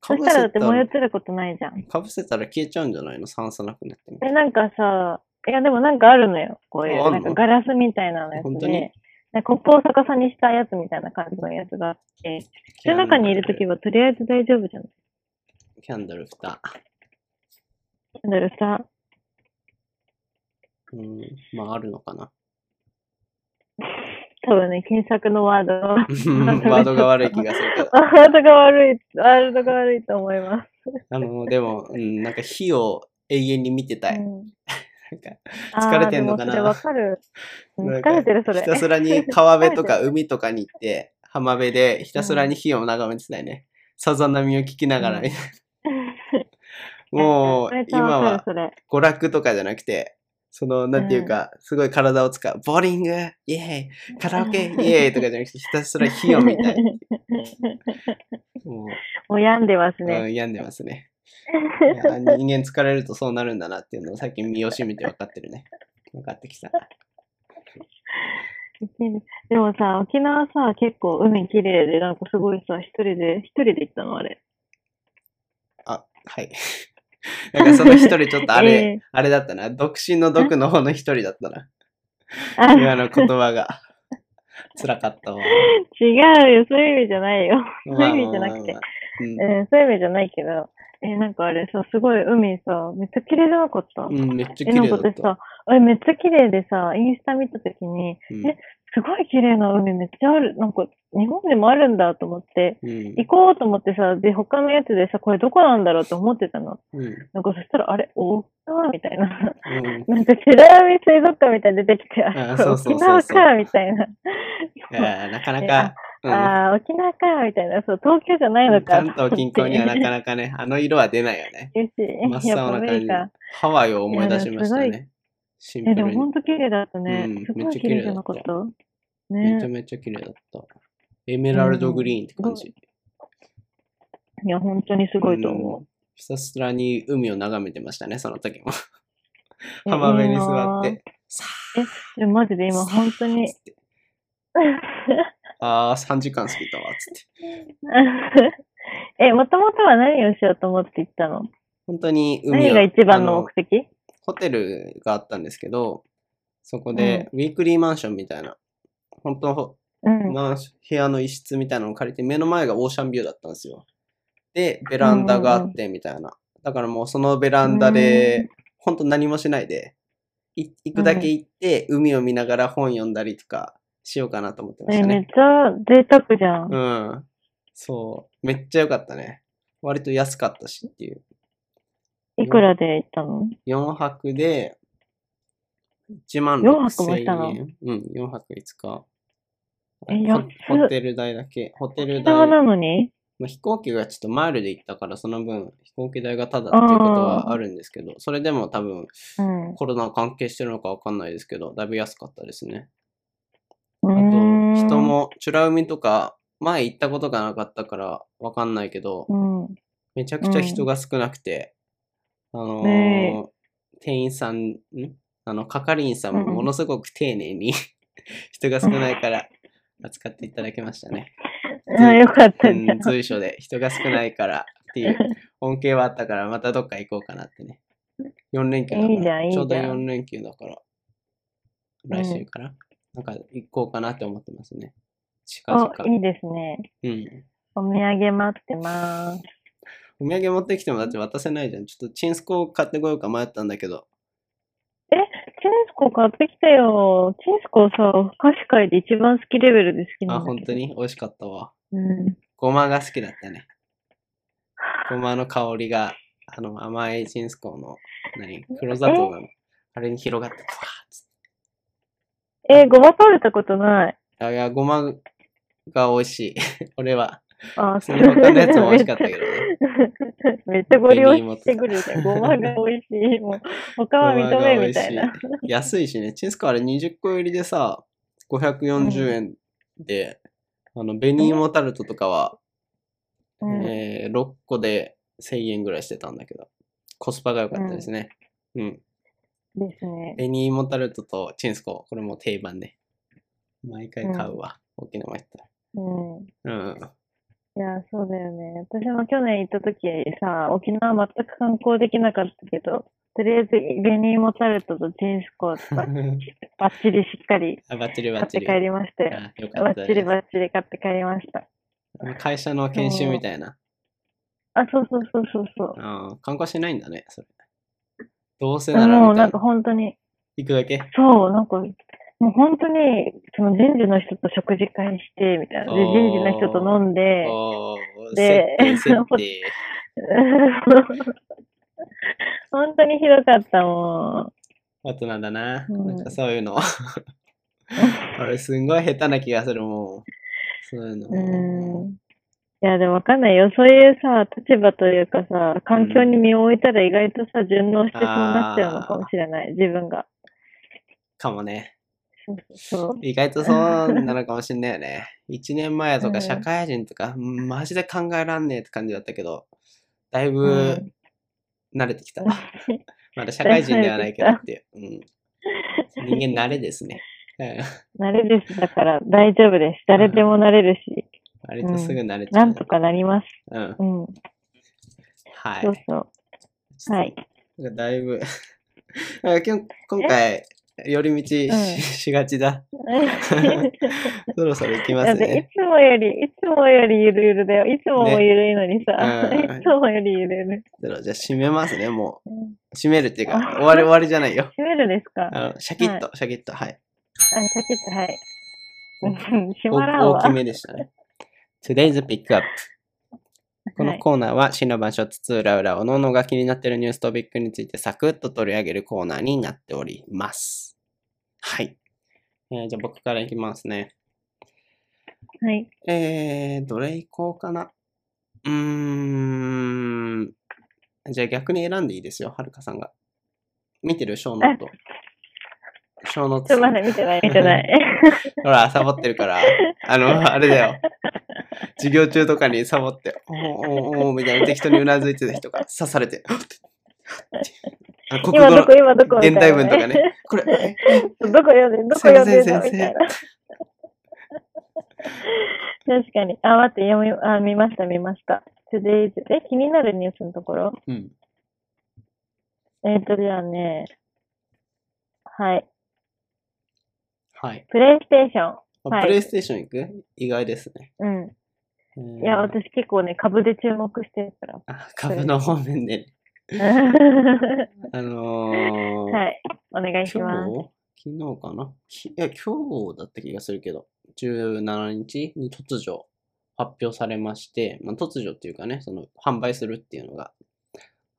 [SPEAKER 1] か
[SPEAKER 2] そ
[SPEAKER 1] ぶ
[SPEAKER 2] したらだ
[SPEAKER 1] せ
[SPEAKER 2] って
[SPEAKER 1] た
[SPEAKER 2] 燃え
[SPEAKER 1] ら
[SPEAKER 2] 移、ることないじゃん。
[SPEAKER 1] かぶせたら消えちゃうんじゃないの酸素なくなってみた
[SPEAKER 2] え、
[SPEAKER 1] い
[SPEAKER 2] なんかさ、いやでもなんかあるのよ。こうい
[SPEAKER 1] ああ
[SPEAKER 2] う、
[SPEAKER 1] る
[SPEAKER 2] な
[SPEAKER 1] の
[SPEAKER 2] んかガラスみたいなのやつ
[SPEAKER 1] 本当に
[SPEAKER 2] で、なんかコップを逆さにしたやつみたいな感じのやつがあって、その中に入れとけばとりあえず大丈夫じゃない
[SPEAKER 1] キャンドル蓋。
[SPEAKER 2] キャンドルさ、
[SPEAKER 1] うん、まああるのかな。
[SPEAKER 2] 多分ね、検索のワードは
[SPEAKER 1] ワードが悪い気がするけど。
[SPEAKER 2] ワードが悪い、ワードが悪いと思います。
[SPEAKER 1] あの、でも、うん、なんか火を永遠に見てたい。
[SPEAKER 2] うん
[SPEAKER 1] なんか
[SPEAKER 2] あ
[SPEAKER 1] 疲
[SPEAKER 2] ー
[SPEAKER 1] れてんのかな
[SPEAKER 2] でもそれわかる。うん
[SPEAKER 1] なん
[SPEAKER 2] 疲
[SPEAKER 1] か
[SPEAKER 2] れてる、それ。
[SPEAKER 1] ひたすら に川辺とか海とかに行って、浜辺でひたすらに火を眺めてたよね。さざ波を聞きながら、
[SPEAKER 2] うん
[SPEAKER 1] もう
[SPEAKER 2] めっちゃ
[SPEAKER 1] 今
[SPEAKER 2] わかる
[SPEAKER 1] は娯
[SPEAKER 2] それ。
[SPEAKER 1] 楽とかじゃなくて、その、なんていうか、すごい体を使う。ボーリングイエーイカラオケイエーイとかじゃなくて、ひたすら火を見たい。も
[SPEAKER 2] もう病んでます
[SPEAKER 1] う、
[SPEAKER 2] ね。
[SPEAKER 1] うん、病んでます ね。いや人間疲れるとそうなるんだなっていうのを最近身をしめて分かってるね。分かってきた。
[SPEAKER 2] でもさ、沖縄さ、結構海綺麗で、なんかすごいさ、一人で、一人で行ったの、あれ。
[SPEAKER 1] あ、 はい。なんかその一人ちょっとあれ、
[SPEAKER 2] ええ
[SPEAKER 1] あれだったな。独身の毒の方の一人だったな。
[SPEAKER 2] あ
[SPEAKER 1] 今の言葉が。辛かったわ。
[SPEAKER 2] 違うよ、そういう意味じゃないよ。 そういう意味じゃな
[SPEAKER 1] まあまあ
[SPEAKER 2] くて
[SPEAKER 1] まあまあ。うん
[SPEAKER 2] うん、そういう意味じゃないけど、え、なんかあれさ、すごい海さ、めっちゃ綺麗じゃなかった
[SPEAKER 1] うん、めっちゃ
[SPEAKER 2] え、
[SPEAKER 1] 綺
[SPEAKER 2] なん
[SPEAKER 1] 麗
[SPEAKER 2] か
[SPEAKER 1] だった。
[SPEAKER 2] 私さ、あれめっちゃ綺麗でさ、インスタ見たときに、
[SPEAKER 1] うん
[SPEAKER 2] えすごい綺麗な海めっちゃある、なんか日本でもあるんだと思って、
[SPEAKER 1] うん。
[SPEAKER 2] 行こうと思ってさ、で、他のやつでさ、これどこなんだろうと思ってたの。
[SPEAKER 1] うん。
[SPEAKER 2] なんかそしたら、あれ、沖縄みたいな。
[SPEAKER 1] う ん。
[SPEAKER 2] なんか、寺海水族館みたいに出てきて、
[SPEAKER 1] あ
[SPEAKER 2] あこれ
[SPEAKER 1] そうそうそう
[SPEAKER 2] 沖
[SPEAKER 1] そう
[SPEAKER 2] 縄か、みたいな。
[SPEAKER 1] いやーなかなか、うん。
[SPEAKER 2] ああ、沖縄か、みたいな。そう、東京じゃないのか。
[SPEAKER 1] 関東近郊にはなかなかね、あの色は出ないよね。
[SPEAKER 2] 嬉しい。
[SPEAKER 1] 真っ
[SPEAKER 2] やっ
[SPEAKER 1] 青
[SPEAKER 2] ぱ
[SPEAKER 1] な
[SPEAKER 2] 無
[SPEAKER 1] 感
[SPEAKER 2] 理
[SPEAKER 1] じ
[SPEAKER 2] か。。
[SPEAKER 1] ハワイを思い出しました
[SPEAKER 2] いやでも
[SPEAKER 1] ね。シンプ
[SPEAKER 2] え、でも
[SPEAKER 1] ルに
[SPEAKER 2] ほ。んと綺麗だったね。
[SPEAKER 1] うん
[SPEAKER 2] す
[SPEAKER 1] めっ
[SPEAKER 2] ご
[SPEAKER 1] ちゃ綺
[SPEAKER 2] い綺
[SPEAKER 1] 麗
[SPEAKER 2] 麗
[SPEAKER 1] だ
[SPEAKER 2] じ
[SPEAKER 1] った
[SPEAKER 2] ゃなかった。
[SPEAKER 1] めちゃ
[SPEAKER 2] ね
[SPEAKER 1] めちゃ綺麗だった。エメラルドグリーンって感じ。
[SPEAKER 2] いや、本当にすごいと思
[SPEAKER 1] うん。ひたすらに海を眺めてましたね、その時も。
[SPEAKER 2] う。
[SPEAKER 1] 浜辺に
[SPEAKER 2] いい
[SPEAKER 1] 座っ
[SPEAKER 2] なぁ
[SPEAKER 1] て。。さ
[SPEAKER 2] いやマジで今本当
[SPEAKER 1] あ
[SPEAKER 2] に
[SPEAKER 1] つっ。てあー、3時間過ぎたわ、つって。
[SPEAKER 2] え、もともとは何をしようと思って行ったの
[SPEAKER 1] 本当に海
[SPEAKER 2] 何
[SPEAKER 1] を
[SPEAKER 2] が一番
[SPEAKER 1] あ
[SPEAKER 2] の目的
[SPEAKER 1] ホテルがあったんですけど、そこで、ウィークリーマンションみたいな、本当ほ
[SPEAKER 2] うん。
[SPEAKER 1] マンション部屋の一室みたいなのを借りて、目の前がオーシャンビューだったんですよ。で、ベランダがあって、みたいな。だからもうそのベランダ
[SPEAKER 2] う
[SPEAKER 1] で、本当何もしないで、い行くだけ行って、海を見ながら本読んだりとかしようかなと思ってまし
[SPEAKER 2] え、
[SPEAKER 1] た
[SPEAKER 2] めっ
[SPEAKER 1] ね。
[SPEAKER 2] ちゃ贅沢じゃん。
[SPEAKER 1] うん。そう。めっちゃ良かったね。割と安かったしっていう。
[SPEAKER 2] いくらで行ったの
[SPEAKER 1] 4泊で、1万
[SPEAKER 2] 4泊
[SPEAKER 1] 6000
[SPEAKER 2] もしたの
[SPEAKER 1] 円。うん、4泊5日。
[SPEAKER 2] え安っ
[SPEAKER 1] ホホテル代だけ。ホテル
[SPEAKER 2] 沖縄
[SPEAKER 1] 代。
[SPEAKER 2] なのに
[SPEAKER 1] まあ、飛行機がちょっとマイルで行ったから、その分飛行機代がタダっていうことはあるんですけど、それでも多分
[SPEAKER 2] うん。う
[SPEAKER 1] コロナ関係してるのかわかんないですけど、だいぶ安かったですね。
[SPEAKER 2] ー
[SPEAKER 1] あと、
[SPEAKER 2] ん
[SPEAKER 1] 人。も、美ら海とか、前行ったことがなかったからわかんないけど、
[SPEAKER 2] うん。
[SPEAKER 1] めちゃくちゃ人が少なくて、あのー
[SPEAKER 2] ね
[SPEAKER 1] 店員さん、んあの、係員さんも
[SPEAKER 2] うんうん
[SPEAKER 1] ものすごく丁寧に人が少ないから扱っていただけましたね。
[SPEAKER 2] あ、よかった
[SPEAKER 1] う
[SPEAKER 2] じゃ
[SPEAKER 1] ん、
[SPEAKER 2] ん。
[SPEAKER 1] 随所で人が少ないからっていう恩恵はあったから、またどっか行こうかなってね。4連休だ
[SPEAKER 2] いいじ
[SPEAKER 1] か
[SPEAKER 2] ゃ
[SPEAKER 1] ら、
[SPEAKER 2] んいい
[SPEAKER 1] ち
[SPEAKER 2] じゃ
[SPEAKER 1] ょ
[SPEAKER 2] ん
[SPEAKER 1] うど4連休だから、来
[SPEAKER 2] う
[SPEAKER 1] 週
[SPEAKER 2] ん
[SPEAKER 1] から、なんか行こうかなって思ってますね。近々
[SPEAKER 2] お、。いいですね。
[SPEAKER 1] うん。
[SPEAKER 2] お土産待ってます。
[SPEAKER 1] お土産持ってきてもだって渡せないじゃん。ちょっとチンスコを買ってこようか迷ったんだけど、
[SPEAKER 2] チンスコ買ってきてよ。チンスコさ、お菓子界で一番好きレベルで好きな
[SPEAKER 1] あ、
[SPEAKER 2] んだ
[SPEAKER 1] 本
[SPEAKER 2] け
[SPEAKER 1] 当
[SPEAKER 2] ど。
[SPEAKER 1] に美味しかったわ。
[SPEAKER 2] うん。
[SPEAKER 1] ごまが好きだったね。ごまの香りが、あの、甘いチンスコーの、何、黒砂糖の、あれに広がって、わーっつっ
[SPEAKER 2] え、ごま食べたことない。
[SPEAKER 1] て。あいや、ごまが美味しい。 俺は。
[SPEAKER 2] あ、
[SPEAKER 1] その他のやつも美味しかったけどね。
[SPEAKER 2] めっちゃご利用してくるじゃん。ごまが美味しい。もう、他は認めみたいな。
[SPEAKER 1] 安いしね、チンスコーあれ20個入りでさ、540円で、あの、紅芋タルトとかは、
[SPEAKER 2] うん
[SPEAKER 1] えー6個で1000円ぐらいしてたんだけど、コスパが良かったですね。うん。
[SPEAKER 2] ですね。
[SPEAKER 1] 紅芋タルトとチンスコ、これもう定番ね。毎回買うわ、沖縄行った
[SPEAKER 2] うん。
[SPEAKER 1] ら。うん。
[SPEAKER 2] いや、そうだよね。私も去年行った時さ、沖縄全く観光できなかったけど、とりあえず、紅芋タルトとチンス コとか、バッチリしっかり
[SPEAKER 1] あ、バッチリバ
[SPEAKER 2] 買
[SPEAKER 1] ッ
[SPEAKER 2] っ
[SPEAKER 1] チ
[SPEAKER 2] て
[SPEAKER 1] リ。
[SPEAKER 2] 帰りましたよ。
[SPEAKER 1] あよか
[SPEAKER 2] バ
[SPEAKER 1] った
[SPEAKER 2] ッチリ
[SPEAKER 1] です
[SPEAKER 2] バッチリ買って帰りました。
[SPEAKER 1] あの会社の研修みたいな。
[SPEAKER 2] あ、そうそうそうそうそう。
[SPEAKER 1] あー観光しないんだね、それ。どうせなら
[SPEAKER 2] もう
[SPEAKER 1] みた
[SPEAKER 2] ないんか
[SPEAKER 1] な。
[SPEAKER 2] 本当に、
[SPEAKER 1] 行くだけ。
[SPEAKER 2] そう、なんか、もう本当に、その人事の人と食事会して、みたいな。で、
[SPEAKER 1] おー
[SPEAKER 2] 人事の人と飲んで、
[SPEAKER 1] おー、
[SPEAKER 2] で
[SPEAKER 1] 設定、設定。
[SPEAKER 2] 本当にひどかった、も
[SPEAKER 1] 大人だな。
[SPEAKER 2] うん
[SPEAKER 1] なんかそういう の。俺すんごい下手な気がする、もう。そういうの。
[SPEAKER 2] う。うん。いや、でもわかんないよ。そういうさ、立場というかさ、環境に身を置いたら意外とさ、順応してそうなっちゃうのかもしれない、自分が。
[SPEAKER 1] かもね。
[SPEAKER 2] そうそう
[SPEAKER 1] 意外とそうなのかもしんないよね。1年 前と
[SPEAKER 2] う
[SPEAKER 1] か
[SPEAKER 2] ん
[SPEAKER 1] 社会人とか、マジで考えらんねえって感じだったけど、だい
[SPEAKER 2] そう。う
[SPEAKER 1] ぶ
[SPEAKER 2] ん
[SPEAKER 1] 慣れてき た。まだ社
[SPEAKER 2] だ
[SPEAKER 1] 会
[SPEAKER 2] いぶ
[SPEAKER 1] 人ではないけど
[SPEAKER 2] 慣
[SPEAKER 1] っていう。 うん、人間慣れですね。うん
[SPEAKER 2] 慣れです。だから大丈夫です。誰でもなれるし、
[SPEAKER 1] 割とすぐ慣れちゃ
[SPEAKER 2] な
[SPEAKER 1] う。
[SPEAKER 2] んとかなります。
[SPEAKER 1] うん。
[SPEAKER 2] うん。
[SPEAKER 1] は
[SPEAKER 2] そう
[SPEAKER 1] い。
[SPEAKER 2] そう。 はい。
[SPEAKER 1] なんかだいぶ、 なんか今日今回、寄り道し,、
[SPEAKER 2] うん
[SPEAKER 1] がちだ。そろそろ行きます
[SPEAKER 2] だってい
[SPEAKER 1] ね。
[SPEAKER 2] つもより、いつもよりゆるゆるだよ。いつもも
[SPEAKER 1] ね
[SPEAKER 2] ゆるいのにさ、
[SPEAKER 1] うん
[SPEAKER 2] いつもよりゆるゆる。
[SPEAKER 1] じゃあ締めますね、も
[SPEAKER 2] うん
[SPEAKER 1] う。締めるっていうか、
[SPEAKER 2] あ
[SPEAKER 1] 終わり終わりじゃないよ。
[SPEAKER 2] 閉めるですかあ、
[SPEAKER 1] あのシャキッと、シャキッと、はい。
[SPEAKER 2] シャキッと、はい。うん閉
[SPEAKER 1] お
[SPEAKER 2] まらんわ。
[SPEAKER 1] 大きめでしたね。Today's Pickup。こ
[SPEAKER 2] は
[SPEAKER 1] の
[SPEAKER 2] い
[SPEAKER 1] コーナーは、死の場所、つつ裏裏、おのおのが気になっているニューストピックについてサクッと取り上げるコーナーになっております。はい。えーじゃあ僕からいきますね。
[SPEAKER 2] はい。
[SPEAKER 1] えー、どれいこうかな。うーん。じゃあ逆に選んでいいですよ、はるかさんが。見てる、ショーノー ト。ショーノート
[SPEAKER 2] ちょ、まだ見てない、見てない。
[SPEAKER 1] ほら、サボってるから、あの、あれだよ。授業中とかにサボって、おーおーおーみたいな適当にうなずいてた人が刺されて、あ国語
[SPEAKER 2] 今ど
[SPEAKER 1] の
[SPEAKER 2] こ、今どこみ
[SPEAKER 1] 現
[SPEAKER 2] たい
[SPEAKER 1] 代文
[SPEAKER 2] な
[SPEAKER 1] とか。ね、これ、
[SPEAKER 2] どこ読んで、どこ読んでる
[SPEAKER 1] すいま
[SPEAKER 2] の
[SPEAKER 1] せ
[SPEAKER 2] み
[SPEAKER 1] ん
[SPEAKER 2] たいな。確かに。あ、待って、読み、あ、見ました、見ました。Today's え、気になるニュースのところ
[SPEAKER 1] うん、
[SPEAKER 2] えっ、と、じゃあね、はい。
[SPEAKER 1] はい。
[SPEAKER 2] プレイステーション。
[SPEAKER 1] あ
[SPEAKER 2] はい
[SPEAKER 1] プレイステーション行く意外ですね。
[SPEAKER 2] う
[SPEAKER 1] え
[SPEAKER 2] ん。
[SPEAKER 1] ー
[SPEAKER 2] いや、私結構ね、株で注目してるから。
[SPEAKER 1] あ株の方面で、
[SPEAKER 2] は
[SPEAKER 1] あのー
[SPEAKER 2] い。お願いしま
[SPEAKER 1] 今
[SPEAKER 2] す。
[SPEAKER 1] 日昨日かなきいや、今日だった気がするけど、17日に突如発表されまして、まあ、突如っていうかね、その販売するっていうのが、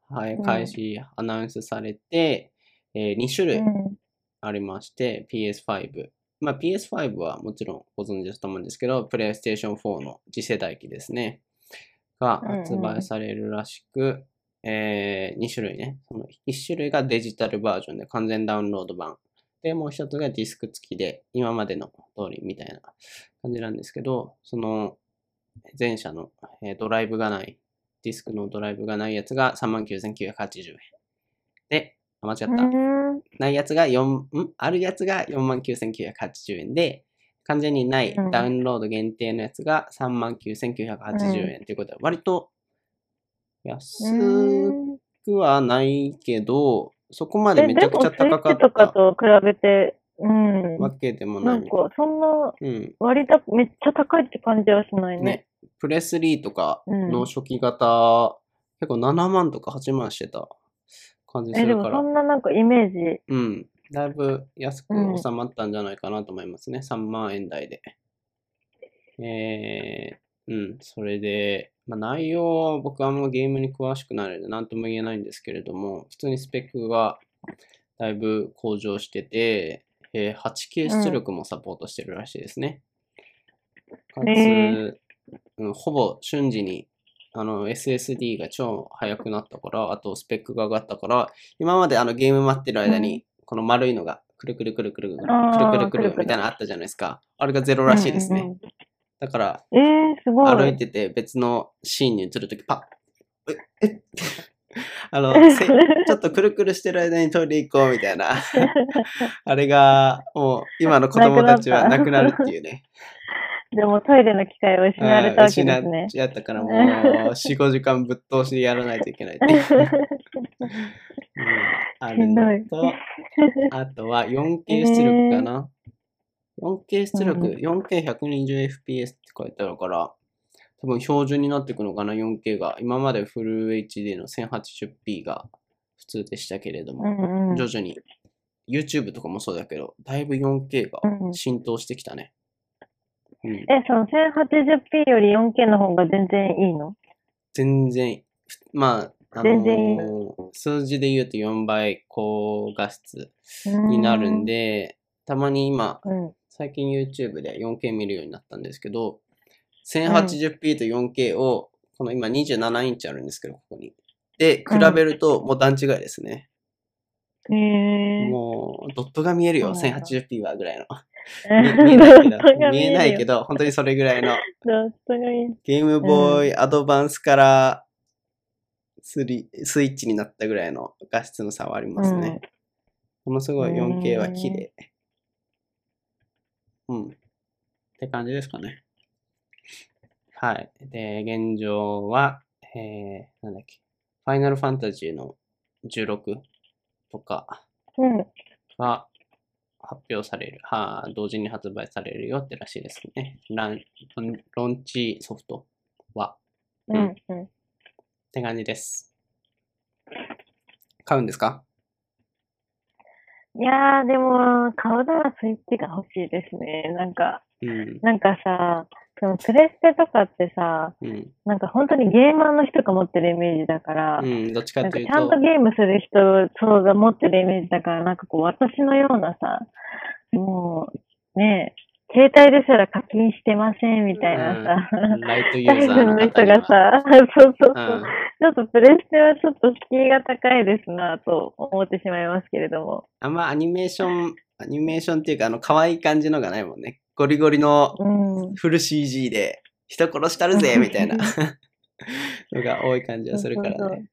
[SPEAKER 1] は
[SPEAKER 2] う
[SPEAKER 1] い、
[SPEAKER 2] ん
[SPEAKER 1] 開始アナウンスされて、え2種類
[SPEAKER 2] うん。
[SPEAKER 1] ありまして、PS5。まあ、PS5 はもちろんご存知だと思うんですけど、PlayStation 4の次世代機ですね。が
[SPEAKER 2] うんうん
[SPEAKER 1] 発売されるらしく、え2種類ね。その1種類がデジタルバージョンで完全ダウンロード版。で、もう一つがディスク付きで、今までの通りみたいな感じなんですけど、その前者の、えードライブがない、ディスクのドライブがないやつが39,980円。で、あ間違った。
[SPEAKER 2] うん
[SPEAKER 1] ないやつが4、んあるやつが49,980円で、完全にない
[SPEAKER 2] うん
[SPEAKER 1] ダウンロード限定のやつが39,980円ということで、割と安
[SPEAKER 2] うん
[SPEAKER 1] くはないけど、そこまで
[SPEAKER 2] え、
[SPEAKER 1] め
[SPEAKER 2] で
[SPEAKER 1] ちゃく
[SPEAKER 2] も
[SPEAKER 1] ちゃ高か
[SPEAKER 2] スイッチとか
[SPEAKER 1] った
[SPEAKER 2] と比べて、うん。
[SPEAKER 1] わけでもな
[SPEAKER 2] ないん。か、そんな
[SPEAKER 1] うん。
[SPEAKER 2] 割高、めっちゃ高いって感じはしないね。
[SPEAKER 1] ね、プレスリーとか
[SPEAKER 2] うん
[SPEAKER 1] の初期型、結構7万とか8万してた感じす
[SPEAKER 2] え、で
[SPEAKER 1] る
[SPEAKER 2] も
[SPEAKER 1] から
[SPEAKER 2] そ。んななんかイメージ、
[SPEAKER 1] うん。だいぶ安く
[SPEAKER 2] うん
[SPEAKER 1] 収まったんじゃないかなと思いますね。3万円台で。えー、うん。それで、まあ、内容は僕はあんまゲームに詳しくないので何とも言えないんですけれども、普通にスペックがだいぶ向上してて、えー 8K 出力もサポートしてるらしいですね。かつ、
[SPEAKER 2] へ
[SPEAKER 1] うん、ほぼ瞬時にあの SSD が超速くなったから、あとスペックが上がったから、今まであのゲーム待ってる間に、この丸いのがくるくるくるくるくる
[SPEAKER 2] あ
[SPEAKER 1] く
[SPEAKER 2] ー
[SPEAKER 1] るくるくる
[SPEAKER 2] くるくる
[SPEAKER 1] みたいなのあったじゃないですか。あれがゼロらしいです
[SPEAKER 2] うんう
[SPEAKER 1] ね。
[SPEAKER 2] ん
[SPEAKER 1] だから、
[SPEAKER 2] うん。えー、すごい。
[SPEAKER 1] 歩いてて別のシーンに映るとき、パッ、え、えって、あの、せちょっとくるくるしてる間にトイレ行こうみたいな。あれが、もう今の子供たちはな
[SPEAKER 2] な
[SPEAKER 1] く
[SPEAKER 2] く
[SPEAKER 1] な
[SPEAKER 2] なった
[SPEAKER 1] るっていうね。
[SPEAKER 2] でもトイレの機会を失われたわけです
[SPEAKER 1] うん失
[SPEAKER 2] ね
[SPEAKER 1] っ。ちゃったからもう4、5時間ぶっ通しでやらないといけないっていううんあるの
[SPEAKER 2] しん
[SPEAKER 1] と、あとは 4K 出力かな。4K 出力、
[SPEAKER 2] うん
[SPEAKER 1] 4K120fps って書いてあるから、多分標準になってくのかな、4K が。今までフル HD の 1080p が普通でしたけれど
[SPEAKER 2] う
[SPEAKER 1] も、
[SPEAKER 2] んうん。
[SPEAKER 1] 徐々に YouTube とかもそうだけど、だいぶ 4K が
[SPEAKER 2] うん
[SPEAKER 1] 浸透してきたね。うん、
[SPEAKER 2] え、その 1080p より 4K の方が全然いいの
[SPEAKER 1] 全然、ふまあ、あの
[SPEAKER 2] 全然いい
[SPEAKER 1] ー数字で言うと4倍高画質になるん。で、たまに今、
[SPEAKER 2] うん。
[SPEAKER 1] 最近 YouTube で 4K 見るようになったんですけど、1080p と 4K を、この今27インチあるんですけど、ここに。で、比べるともう段違いですね。
[SPEAKER 2] へー
[SPEAKER 1] もう、ドットが見えるよ、
[SPEAKER 2] そうなんだ
[SPEAKER 1] 1080p はぐらい の。
[SPEAKER 2] え
[SPEAKER 1] 見見えないけど
[SPEAKER 2] ドット、が
[SPEAKER 1] 見えない け
[SPEAKER 2] ど。
[SPEAKER 1] ど、本当にそれぐらいの。
[SPEAKER 2] ドットが見える
[SPEAKER 1] ゲームボーイアドバンスからスリスイッチになったぐらいの画質の差はありますね。ものすごい 4K は綺麗。うん。って感じですかね。はい。で、現状は、えー、なんだっけ。ファイナルファンタジーの16とか
[SPEAKER 2] うん。
[SPEAKER 1] が発表される。はあ、同時に発売されるよってらしいですね。ランロンチソフトは。
[SPEAKER 2] うん。うん。
[SPEAKER 1] って感じです。買うんですか
[SPEAKER 2] いやー、でも、買うならスイッチが欲しいですね。なんか、
[SPEAKER 1] うん。
[SPEAKER 2] なんかさ、そのプレステとかってさ、
[SPEAKER 1] うん。
[SPEAKER 2] なんか本当にゲーマーの人が持ってるイメージだから、
[SPEAKER 1] うん。どっちか
[SPEAKER 2] なん
[SPEAKER 1] と
[SPEAKER 2] か
[SPEAKER 1] い
[SPEAKER 2] ち
[SPEAKER 1] う
[SPEAKER 2] ゃん
[SPEAKER 1] と
[SPEAKER 2] と、ゲームする人そうが持ってるイメージだから、なんかこう私のようなさ、もうねえ、携帯ですら課金してませんみたいなさ、
[SPEAKER 1] ライトユ
[SPEAKER 2] 大
[SPEAKER 1] ーザー
[SPEAKER 2] 分
[SPEAKER 1] の
[SPEAKER 2] の
[SPEAKER 1] 方
[SPEAKER 2] 人
[SPEAKER 1] には
[SPEAKER 2] がさ、 そうそうそう、
[SPEAKER 1] うん
[SPEAKER 2] ちょっとプレステはちょっと敷居が高いですなと思ってしまいますけれども。
[SPEAKER 1] あんまアニメーション、アニメーションっていうか、あの、可愛い感じのがないもんね。ゴリゴリの
[SPEAKER 2] うん。
[SPEAKER 1] フル CG で、人殺したるぜみたいなのが多い感じはするからね。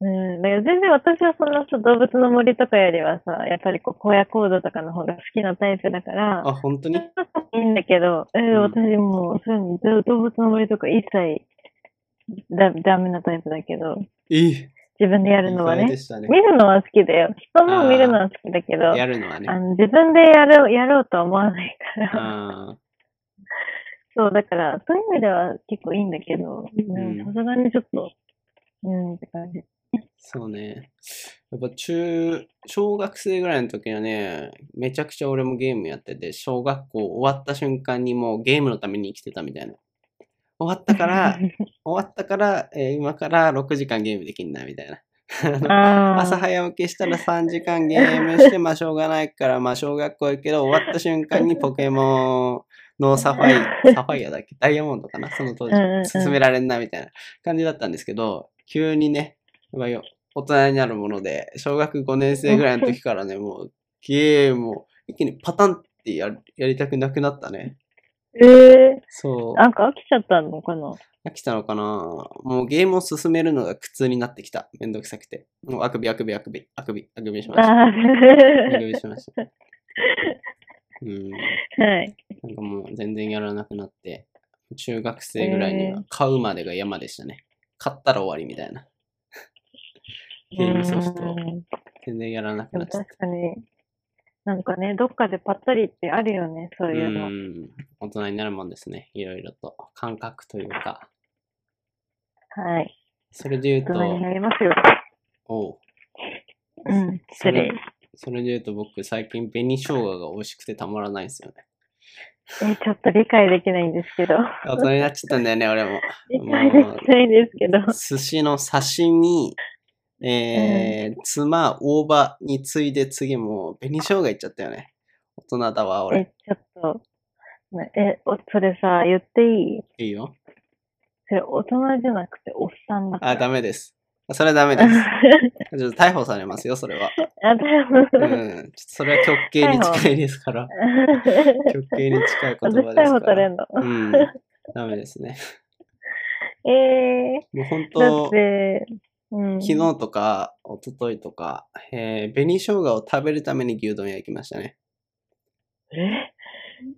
[SPEAKER 2] うん、だから全然私はそんなさ動物の森とかよりはさ、やっぱりこう荒野行動とかの方が好きなタイプだから、
[SPEAKER 1] あ、本当に
[SPEAKER 2] いいんだけど、えー
[SPEAKER 1] うん
[SPEAKER 2] 私もうそういうの動物の森とか一切だダメなタイプだけど、
[SPEAKER 1] いい。
[SPEAKER 2] 自分でやるのは
[SPEAKER 1] 意外
[SPEAKER 2] ね
[SPEAKER 1] で、した
[SPEAKER 2] 見
[SPEAKER 1] ね。
[SPEAKER 2] るのは好きだよ。人のを見るのは好きだけど、
[SPEAKER 1] やるのはね
[SPEAKER 2] あ。の自分でやろうやろうとは思わないから、
[SPEAKER 1] あ
[SPEAKER 2] そう、だから、そういう意味では結構いいんだけど、うん
[SPEAKER 1] うん
[SPEAKER 2] さすがにちょっと、うんって感じ。
[SPEAKER 1] そうね。やっぱ中、小学生ぐらいの時はね、めちゃくちゃ俺もゲームやってて、小学校終わった瞬間にもうゲームのために生きてたみたいな。終わったから、終わったから、えー今から6時間ゲームできんな、みたいな。
[SPEAKER 2] あー
[SPEAKER 1] 朝早起きしたら3時間ゲームして、まあしょうがないから、まあ小学校行くけど、終わった瞬間にポケモンのサファ イ、サファイアだっけダイヤモンドかなその当時
[SPEAKER 2] うんうんう、ん
[SPEAKER 1] 進められんなみたいな感じだったんですけど、急にね、まあよ大人になるもので、小学5年生ぐらいの時からね、もうゲームを一気にパタンってやるやりたくなくなったね。
[SPEAKER 2] えー、
[SPEAKER 1] そう。
[SPEAKER 2] なんか飽きちゃったのかな
[SPEAKER 1] 飽きたのかなもうゲームを進めるのが苦痛になってきた。めんどくさくて。もうあくびあくびあくび、あくび、あくびしました。
[SPEAKER 2] あ
[SPEAKER 1] あく
[SPEAKER 2] ー
[SPEAKER 1] びしま した。うん。
[SPEAKER 2] はい。
[SPEAKER 1] なんかもう全然やらなくなって、中学生ぐらいに
[SPEAKER 2] へ
[SPEAKER 1] は買うまでが山でしたね。買ったら終わりみたいな。ゲームソフトを
[SPEAKER 2] うん
[SPEAKER 1] 全然やらなく
[SPEAKER 2] で
[SPEAKER 1] な
[SPEAKER 2] も
[SPEAKER 1] っちゃっ
[SPEAKER 2] 確かに、なんかね、どっかでパッタリってあるよね、そ
[SPEAKER 1] た。
[SPEAKER 2] う
[SPEAKER 1] う
[SPEAKER 2] いうの。
[SPEAKER 1] ん。大人になるもんですね。いろいろと。感覚というか。
[SPEAKER 2] はい。
[SPEAKER 1] それで言う
[SPEAKER 2] 大人にな
[SPEAKER 1] と、
[SPEAKER 2] りますよ。
[SPEAKER 1] おう
[SPEAKER 2] うん、
[SPEAKER 1] そ
[SPEAKER 2] 失
[SPEAKER 1] れ
[SPEAKER 2] 礼。、
[SPEAKER 1] それで言うと僕最近紅生姜が美味しくてたまらないんですよね。
[SPEAKER 2] え、ちょっと理解できないんですけど。
[SPEAKER 1] 大人になっちゃったんだよね、俺も。
[SPEAKER 2] 理解できないんですけど。
[SPEAKER 1] 寿司の刺身、えー、つま、大葉に次いで次もう紅生姜いっちゃったよね。大人だわ、俺。
[SPEAKER 2] え、ちょっと、ねえ、おそれさ、言っていい
[SPEAKER 1] いいよ。
[SPEAKER 2] それ大人じゃなくておっさんだから。
[SPEAKER 1] あ、ダメです。それはダメです。ちょっと逮捕されますよ、それは。
[SPEAKER 2] あ、だよ。
[SPEAKER 1] うん。 ちょっとそれは極刑に近いですから。極刑に近い言葉
[SPEAKER 2] 私
[SPEAKER 1] です
[SPEAKER 2] 逮
[SPEAKER 1] か
[SPEAKER 2] 捕され
[SPEAKER 1] ら。
[SPEAKER 2] んの。
[SPEAKER 1] うん。ダメですね。
[SPEAKER 2] え
[SPEAKER 1] もう本
[SPEAKER 2] ー、だっ
[SPEAKER 1] 当、
[SPEAKER 2] て、うん。
[SPEAKER 1] 昨日とか、一昨日とか、えー、紅生姜を食べるために牛丼屋行きましたね。
[SPEAKER 2] え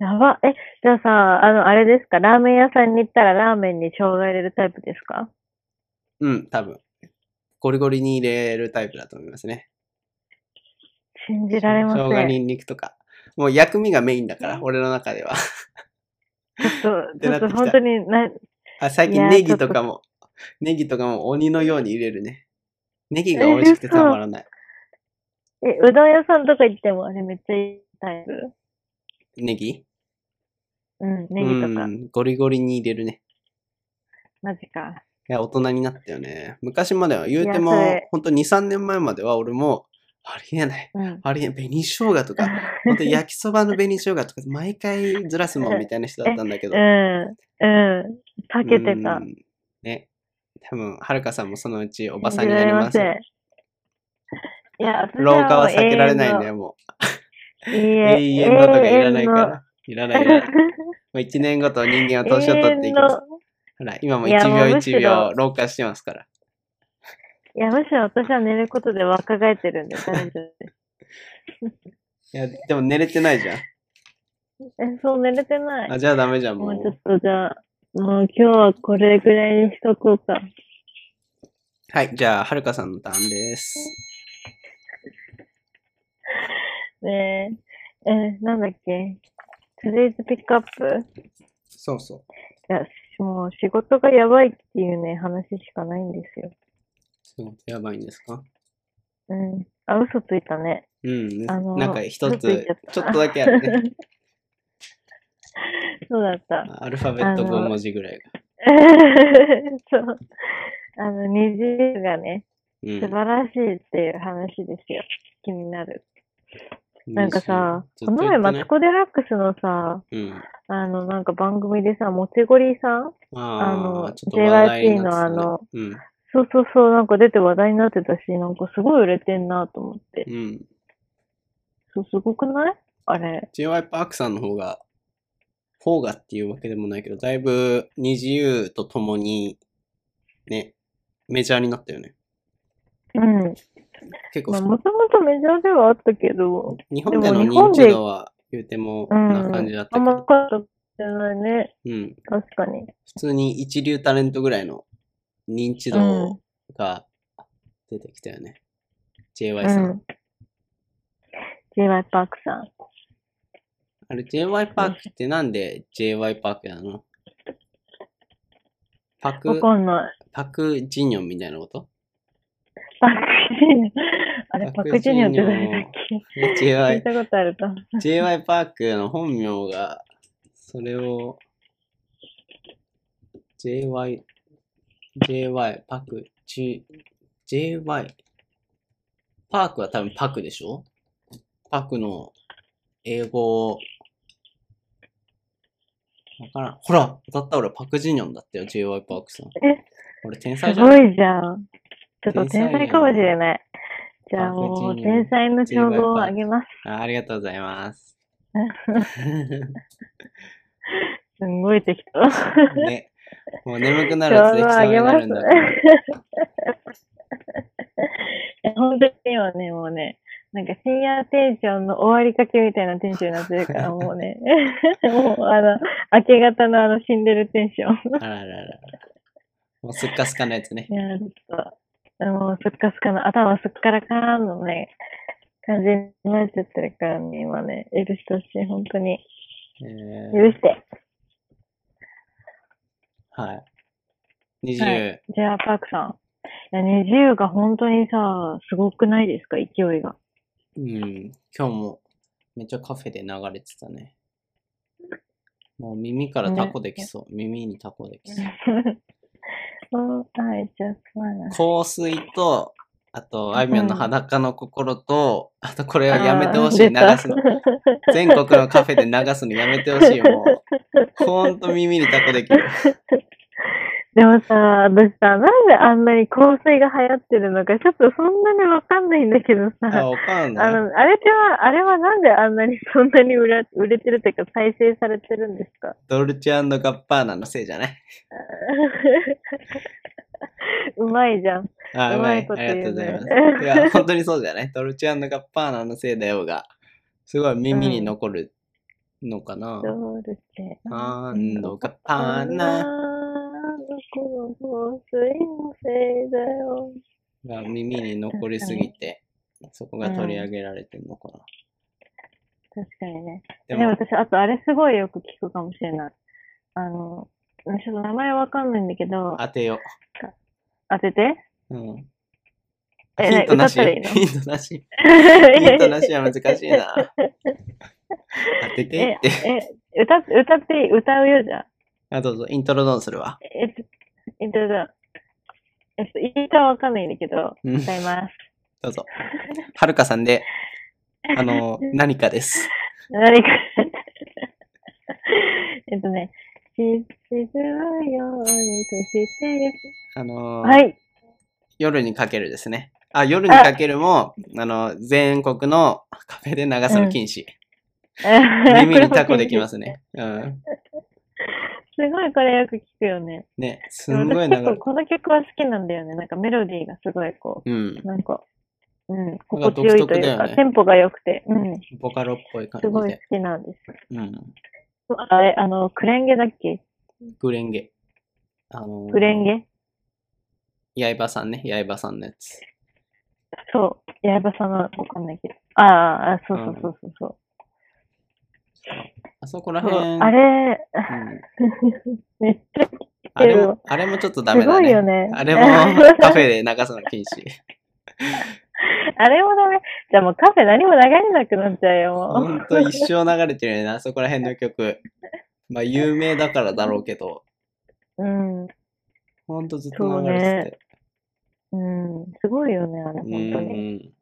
[SPEAKER 2] やば。え、じゃあさ、あの、あれですか、ラーメン屋さんに行ったらラーメンに生姜入れるタイプですか
[SPEAKER 1] うん、多分。ゴリゴリに入れるタイプだと思いますね。
[SPEAKER 2] 信じられませ
[SPEAKER 1] 生姜、ニ
[SPEAKER 2] ん。
[SPEAKER 1] ンニクとか。もう薬味がメインだから、俺の中では。
[SPEAKER 2] ちょっと、
[SPEAKER 1] て
[SPEAKER 2] ちょ
[SPEAKER 1] な
[SPEAKER 2] っ
[SPEAKER 1] って
[SPEAKER 2] と
[SPEAKER 1] きた
[SPEAKER 2] 本当にな、
[SPEAKER 1] あ、最
[SPEAKER 2] い
[SPEAKER 1] 近
[SPEAKER 2] やー
[SPEAKER 1] ネギとかも、ネギとかも鬼のように入れるね。ネギが美味しくて
[SPEAKER 2] えー嘘
[SPEAKER 1] たまらない。
[SPEAKER 2] え、うどん屋さんとか行ってもあれめっちゃいいタイプ。
[SPEAKER 1] ネギ
[SPEAKER 2] うん、ネギとか
[SPEAKER 1] う。ん、ゴリゴリに入れるね。
[SPEAKER 2] マジか。
[SPEAKER 1] いや、大人になったよね。昔までは、言うて
[SPEAKER 2] いやそ
[SPEAKER 1] も
[SPEAKER 2] れ、
[SPEAKER 1] ほんと2、3年前までは俺も、ありえない。
[SPEAKER 2] うん。
[SPEAKER 1] ありえない。紅生姜 とか、ほんと焼きそばの紅生姜とか、毎回ずらすもんみたいな人だったんだけど
[SPEAKER 2] う。ん。うん。避けてた
[SPEAKER 1] う。んね。多分、はるかさんもそのうちおば
[SPEAKER 2] 信
[SPEAKER 1] さん
[SPEAKER 2] じ
[SPEAKER 1] に
[SPEAKER 2] ら
[SPEAKER 1] なり
[SPEAKER 2] れま
[SPEAKER 1] ます
[SPEAKER 2] せ
[SPEAKER 1] よ。
[SPEAKER 2] ん。いや、それ
[SPEAKER 1] 老化は避けられ
[SPEAKER 2] もう永
[SPEAKER 1] な
[SPEAKER 2] 遠
[SPEAKER 1] いん
[SPEAKER 2] の
[SPEAKER 1] だよ、も。
[SPEAKER 2] いうい
[SPEAKER 1] 永
[SPEAKER 2] え、
[SPEAKER 1] 遠のとかいらないから。い
[SPEAKER 2] 永
[SPEAKER 1] ら ないいらない。もう1年ごと人間は
[SPEAKER 2] 遠の
[SPEAKER 1] 年を取っていきます。ほら、今も1
[SPEAKER 2] いやもう
[SPEAKER 1] 秒
[SPEAKER 2] むし
[SPEAKER 1] 1
[SPEAKER 2] ろ
[SPEAKER 1] 秒老化してますから。
[SPEAKER 2] いや、むしろ私は寝ることで若返ってるんで大丈夫です。
[SPEAKER 1] いや、でも寝れてないじゃん。
[SPEAKER 2] え、そう寝れてない。
[SPEAKER 1] あ、じゃあダメじゃん、も
[SPEAKER 2] も
[SPEAKER 1] う
[SPEAKER 2] う。ちょっとじゃあ、もう今日はこれぐらいにしとこうか。
[SPEAKER 1] はい、じゃあ、はるかさんのターンです。
[SPEAKER 2] ねえ。え、なんだっけ ?Today's Pick Up?
[SPEAKER 1] そうそう。
[SPEAKER 2] いや、もう仕事がやばいっていうね、話しかないんですよ。
[SPEAKER 1] そうやばいんですか
[SPEAKER 2] うん。あ、嘘ついたね。
[SPEAKER 1] うん。
[SPEAKER 2] あの
[SPEAKER 1] なんか一
[SPEAKER 2] ちょっと言っ
[SPEAKER 1] つ
[SPEAKER 2] ちゃっ、た
[SPEAKER 1] ちょっとだけあ るね。
[SPEAKER 2] そうだった。
[SPEAKER 1] アルファベット5文字ぐらいが。
[SPEAKER 2] そう。あの、二重がね、
[SPEAKER 1] う
[SPEAKER 2] 素晴らしいっていう話ですよ。気になる。なんかさ、
[SPEAKER 1] ずっ
[SPEAKER 2] こと
[SPEAKER 1] 言
[SPEAKER 2] の前、
[SPEAKER 1] って
[SPEAKER 2] マ
[SPEAKER 1] ない
[SPEAKER 2] ツコ・デラックスのさ、
[SPEAKER 1] うん。
[SPEAKER 2] あの、なんか番組でさ、もちごりさん
[SPEAKER 1] あ
[SPEAKER 2] の
[SPEAKER 1] ーちょっと話題になってた
[SPEAKER 2] JYP のあの
[SPEAKER 1] ね、
[SPEAKER 2] そうそうそう、なんか出て話題になってたし、なんかすごい売れてんなと思って。
[SPEAKER 1] うん。うん。
[SPEAKER 2] そう、すごくないあれ。
[SPEAKER 1] JY パークさんの方が、方がっていうわけでもないけど、だいぶ、二自由とともに、ね、メジャーになったよね。
[SPEAKER 2] うん。
[SPEAKER 1] 結構
[SPEAKER 2] まあ、、もともとメジャーではあったけど、
[SPEAKER 1] 日本での
[SPEAKER 2] でも日本
[SPEAKER 1] 認
[SPEAKER 2] で
[SPEAKER 1] 知度は言うても、
[SPEAKER 2] うん。
[SPEAKER 1] な感じだったけ
[SPEAKER 2] あんま
[SPEAKER 1] ど、
[SPEAKER 2] かったじゃないね。
[SPEAKER 1] うん。
[SPEAKER 2] 確かに。
[SPEAKER 1] 普通に一流タレントぐらいの認知度が出てきたよね。JY さん。
[SPEAKER 2] うん。J.Y. パークさん。
[SPEAKER 1] あれ、JY パークってなんで JY パークなのパ
[SPEAKER 2] わ
[SPEAKER 1] ク、
[SPEAKER 2] かんない。
[SPEAKER 1] パクジニョンみたいなこと
[SPEAKER 2] パクジュニア。あれ、
[SPEAKER 1] パ
[SPEAKER 2] パ
[SPEAKER 1] ク
[SPEAKER 2] クジュニアって誰だっ
[SPEAKER 1] え
[SPEAKER 2] け聞い
[SPEAKER 1] ?JY、
[SPEAKER 2] たことあると。
[SPEAKER 1] JY パークの本名が、それを、JY、JY、パク、ジ、JY、パークは多分パクでしょパクの英語を、わからん。ほら、だった俺パクジニョンだったよ、JY パークさん。
[SPEAKER 2] え
[SPEAKER 1] 俺天才
[SPEAKER 2] す
[SPEAKER 1] じゃな
[SPEAKER 2] ご
[SPEAKER 1] い
[SPEAKER 2] いじゃん。ちょっと天才かもしれない。じゃあも
[SPEAKER 1] パク
[SPEAKER 2] う、
[SPEAKER 1] ジュニア
[SPEAKER 2] 天才の称号をあげます。
[SPEAKER 1] あありがとうござい ます。
[SPEAKER 2] すんごい適当。
[SPEAKER 1] ね。もう眠くなると
[SPEAKER 2] 称
[SPEAKER 1] でき
[SPEAKER 2] 号を
[SPEAKER 1] そう
[SPEAKER 2] あ
[SPEAKER 1] に
[SPEAKER 2] げ
[SPEAKER 1] な
[SPEAKER 2] ま
[SPEAKER 1] る
[SPEAKER 2] す
[SPEAKER 1] んだから。。
[SPEAKER 2] 本当に今ね、もうね、なんか深夜テンションの終わりかけみたいなテンションになってるから、もうね、 もうあの、明け方のあの死んでるテンション。
[SPEAKER 1] あらららら。もうすっかすかのやつね
[SPEAKER 2] い。やー、ちょっと、もうすっかすかの、頭すっからかんのね、感じになっちゃってるからね、今ね、許してほしい、本当に。
[SPEAKER 1] え
[SPEAKER 2] 許
[SPEAKER 1] ー、
[SPEAKER 2] して。
[SPEAKER 1] はい。20、
[SPEAKER 2] はいじゃあ、パークさん。いや、ね、自由が本当にさ、すごくないですか、勢 いが。
[SPEAKER 1] うん。今日もめっちゃカフェで流れてたね。もう耳からタコできそう。耳にタコできそう。
[SPEAKER 2] そう、はい、じゃあ、そうな
[SPEAKER 1] 香水と、あと、あいみょんの裸の心と、あとこれはやめてほしい。
[SPEAKER 2] あ
[SPEAKER 1] 流
[SPEAKER 2] ー
[SPEAKER 1] すの。全国のカフェで流すのやめてほしい。もう。ほんと耳にタコできる。
[SPEAKER 2] でもさ、私さ、なんであんなに香水が流行ってるのか、ちょっとそんなにわかんないんだけどさ。
[SPEAKER 1] あ、わかんな
[SPEAKER 2] あ
[SPEAKER 1] い。
[SPEAKER 2] の、あれっては、あれはなんであんなにそんなに売れ売れてるというか再生されてるんですか
[SPEAKER 1] ドルチェガッパーナのせいじゃないう
[SPEAKER 2] まいじゃん。
[SPEAKER 1] あ、う
[SPEAKER 2] う
[SPEAKER 1] ま
[SPEAKER 2] ま
[SPEAKER 1] い。
[SPEAKER 2] い
[SPEAKER 1] あ
[SPEAKER 2] こと
[SPEAKER 1] りがとうご
[SPEAKER 2] 言う
[SPEAKER 1] ざい
[SPEAKER 2] ね
[SPEAKER 1] ます。いや、 本当にそうじゃないドルチェガッパーナのせいだよが、すごい耳に残るのかな。
[SPEAKER 2] どうして。
[SPEAKER 1] アンドガッパー
[SPEAKER 2] あんな
[SPEAKER 1] ナ
[SPEAKER 2] この香水のせいだよ。
[SPEAKER 1] が耳に残りすぎて、そこが取り上げられてるのかな。
[SPEAKER 2] 確かにね。
[SPEAKER 1] で
[SPEAKER 2] で
[SPEAKER 1] も
[SPEAKER 2] も、私、あとあれすごいよく聞くかもしれない。あの、ちょっと名前わかんないんだけど、
[SPEAKER 1] 当てよ
[SPEAKER 2] 当 てて。
[SPEAKER 1] う。うん。
[SPEAKER 2] え
[SPEAKER 1] ヒントなし
[SPEAKER 2] 歌ったらいいの
[SPEAKER 1] ヒントなし。ヒントな
[SPEAKER 2] え、
[SPEAKER 1] しは難しいな。 当ててって。
[SPEAKER 2] え、歌って、歌っていい、歌うよじゃあ。
[SPEAKER 1] あ、どうぞ、イントロドンするわ。
[SPEAKER 2] えっと、えっと、えっと、言い方はわかんないんだけど、
[SPEAKER 1] うん
[SPEAKER 2] 歌います。
[SPEAKER 1] どうぞ。はるかさんで、あの、何かです。
[SPEAKER 2] 何か。 えっとね、沈むようにとしてる。
[SPEAKER 1] あのー
[SPEAKER 2] はい。。
[SPEAKER 1] 夜にかけるですね。あ、夜にかけるも、あの、全国のカフェで流すの禁止。耳にタコできますすね。うん。
[SPEAKER 2] すご いこれよく聞くよね。
[SPEAKER 1] ね、すんごい流
[SPEAKER 2] で
[SPEAKER 1] れ
[SPEAKER 2] も私結 構。この曲は好きなんだよね。なんかメロディーがすごいこ
[SPEAKER 1] うん
[SPEAKER 2] う、。なんか、うん、
[SPEAKER 1] なんか
[SPEAKER 2] 心地よいと
[SPEAKER 1] 独特
[SPEAKER 2] い
[SPEAKER 1] だよ
[SPEAKER 2] う
[SPEAKER 1] ね
[SPEAKER 2] か、テンポが良くて、うん、
[SPEAKER 1] ボカロっぽい感
[SPEAKER 2] すご
[SPEAKER 1] じ
[SPEAKER 2] い好
[SPEAKER 1] で。
[SPEAKER 2] きなんです。
[SPEAKER 1] うん。
[SPEAKER 2] あれ、あの、クレンゲだっけ
[SPEAKER 1] グレンゲ。あのー
[SPEAKER 2] クレンゲ
[SPEAKER 1] 刃さんね、刃さんのやつ。
[SPEAKER 2] そう。八重歯さんはわかんないけど。あーあー、そうそうそうそうそう。
[SPEAKER 1] あそこら
[SPEAKER 2] そう
[SPEAKER 1] 辺。
[SPEAKER 2] あれ、
[SPEAKER 1] うん
[SPEAKER 2] めっちゃ
[SPEAKER 1] あれも、あれもちょっとダメ
[SPEAKER 2] す
[SPEAKER 1] だ
[SPEAKER 2] ごいよ
[SPEAKER 1] ね。
[SPEAKER 2] ね。
[SPEAKER 1] あれもカフェで流すの禁止。
[SPEAKER 2] あれもダメ。じゃあもうカフェ何も流れなくなっちゃうよ、も
[SPEAKER 1] ほ
[SPEAKER 2] う。
[SPEAKER 1] んと一生流れてるよね、あそこら辺の 曲。まあ有名だからだろうけど、
[SPEAKER 2] うん。
[SPEAKER 1] ほんとずっと流れてて。
[SPEAKER 2] うん。すごいよね、あれ、
[SPEAKER 1] う
[SPEAKER 2] 本当に。
[SPEAKER 1] ん。か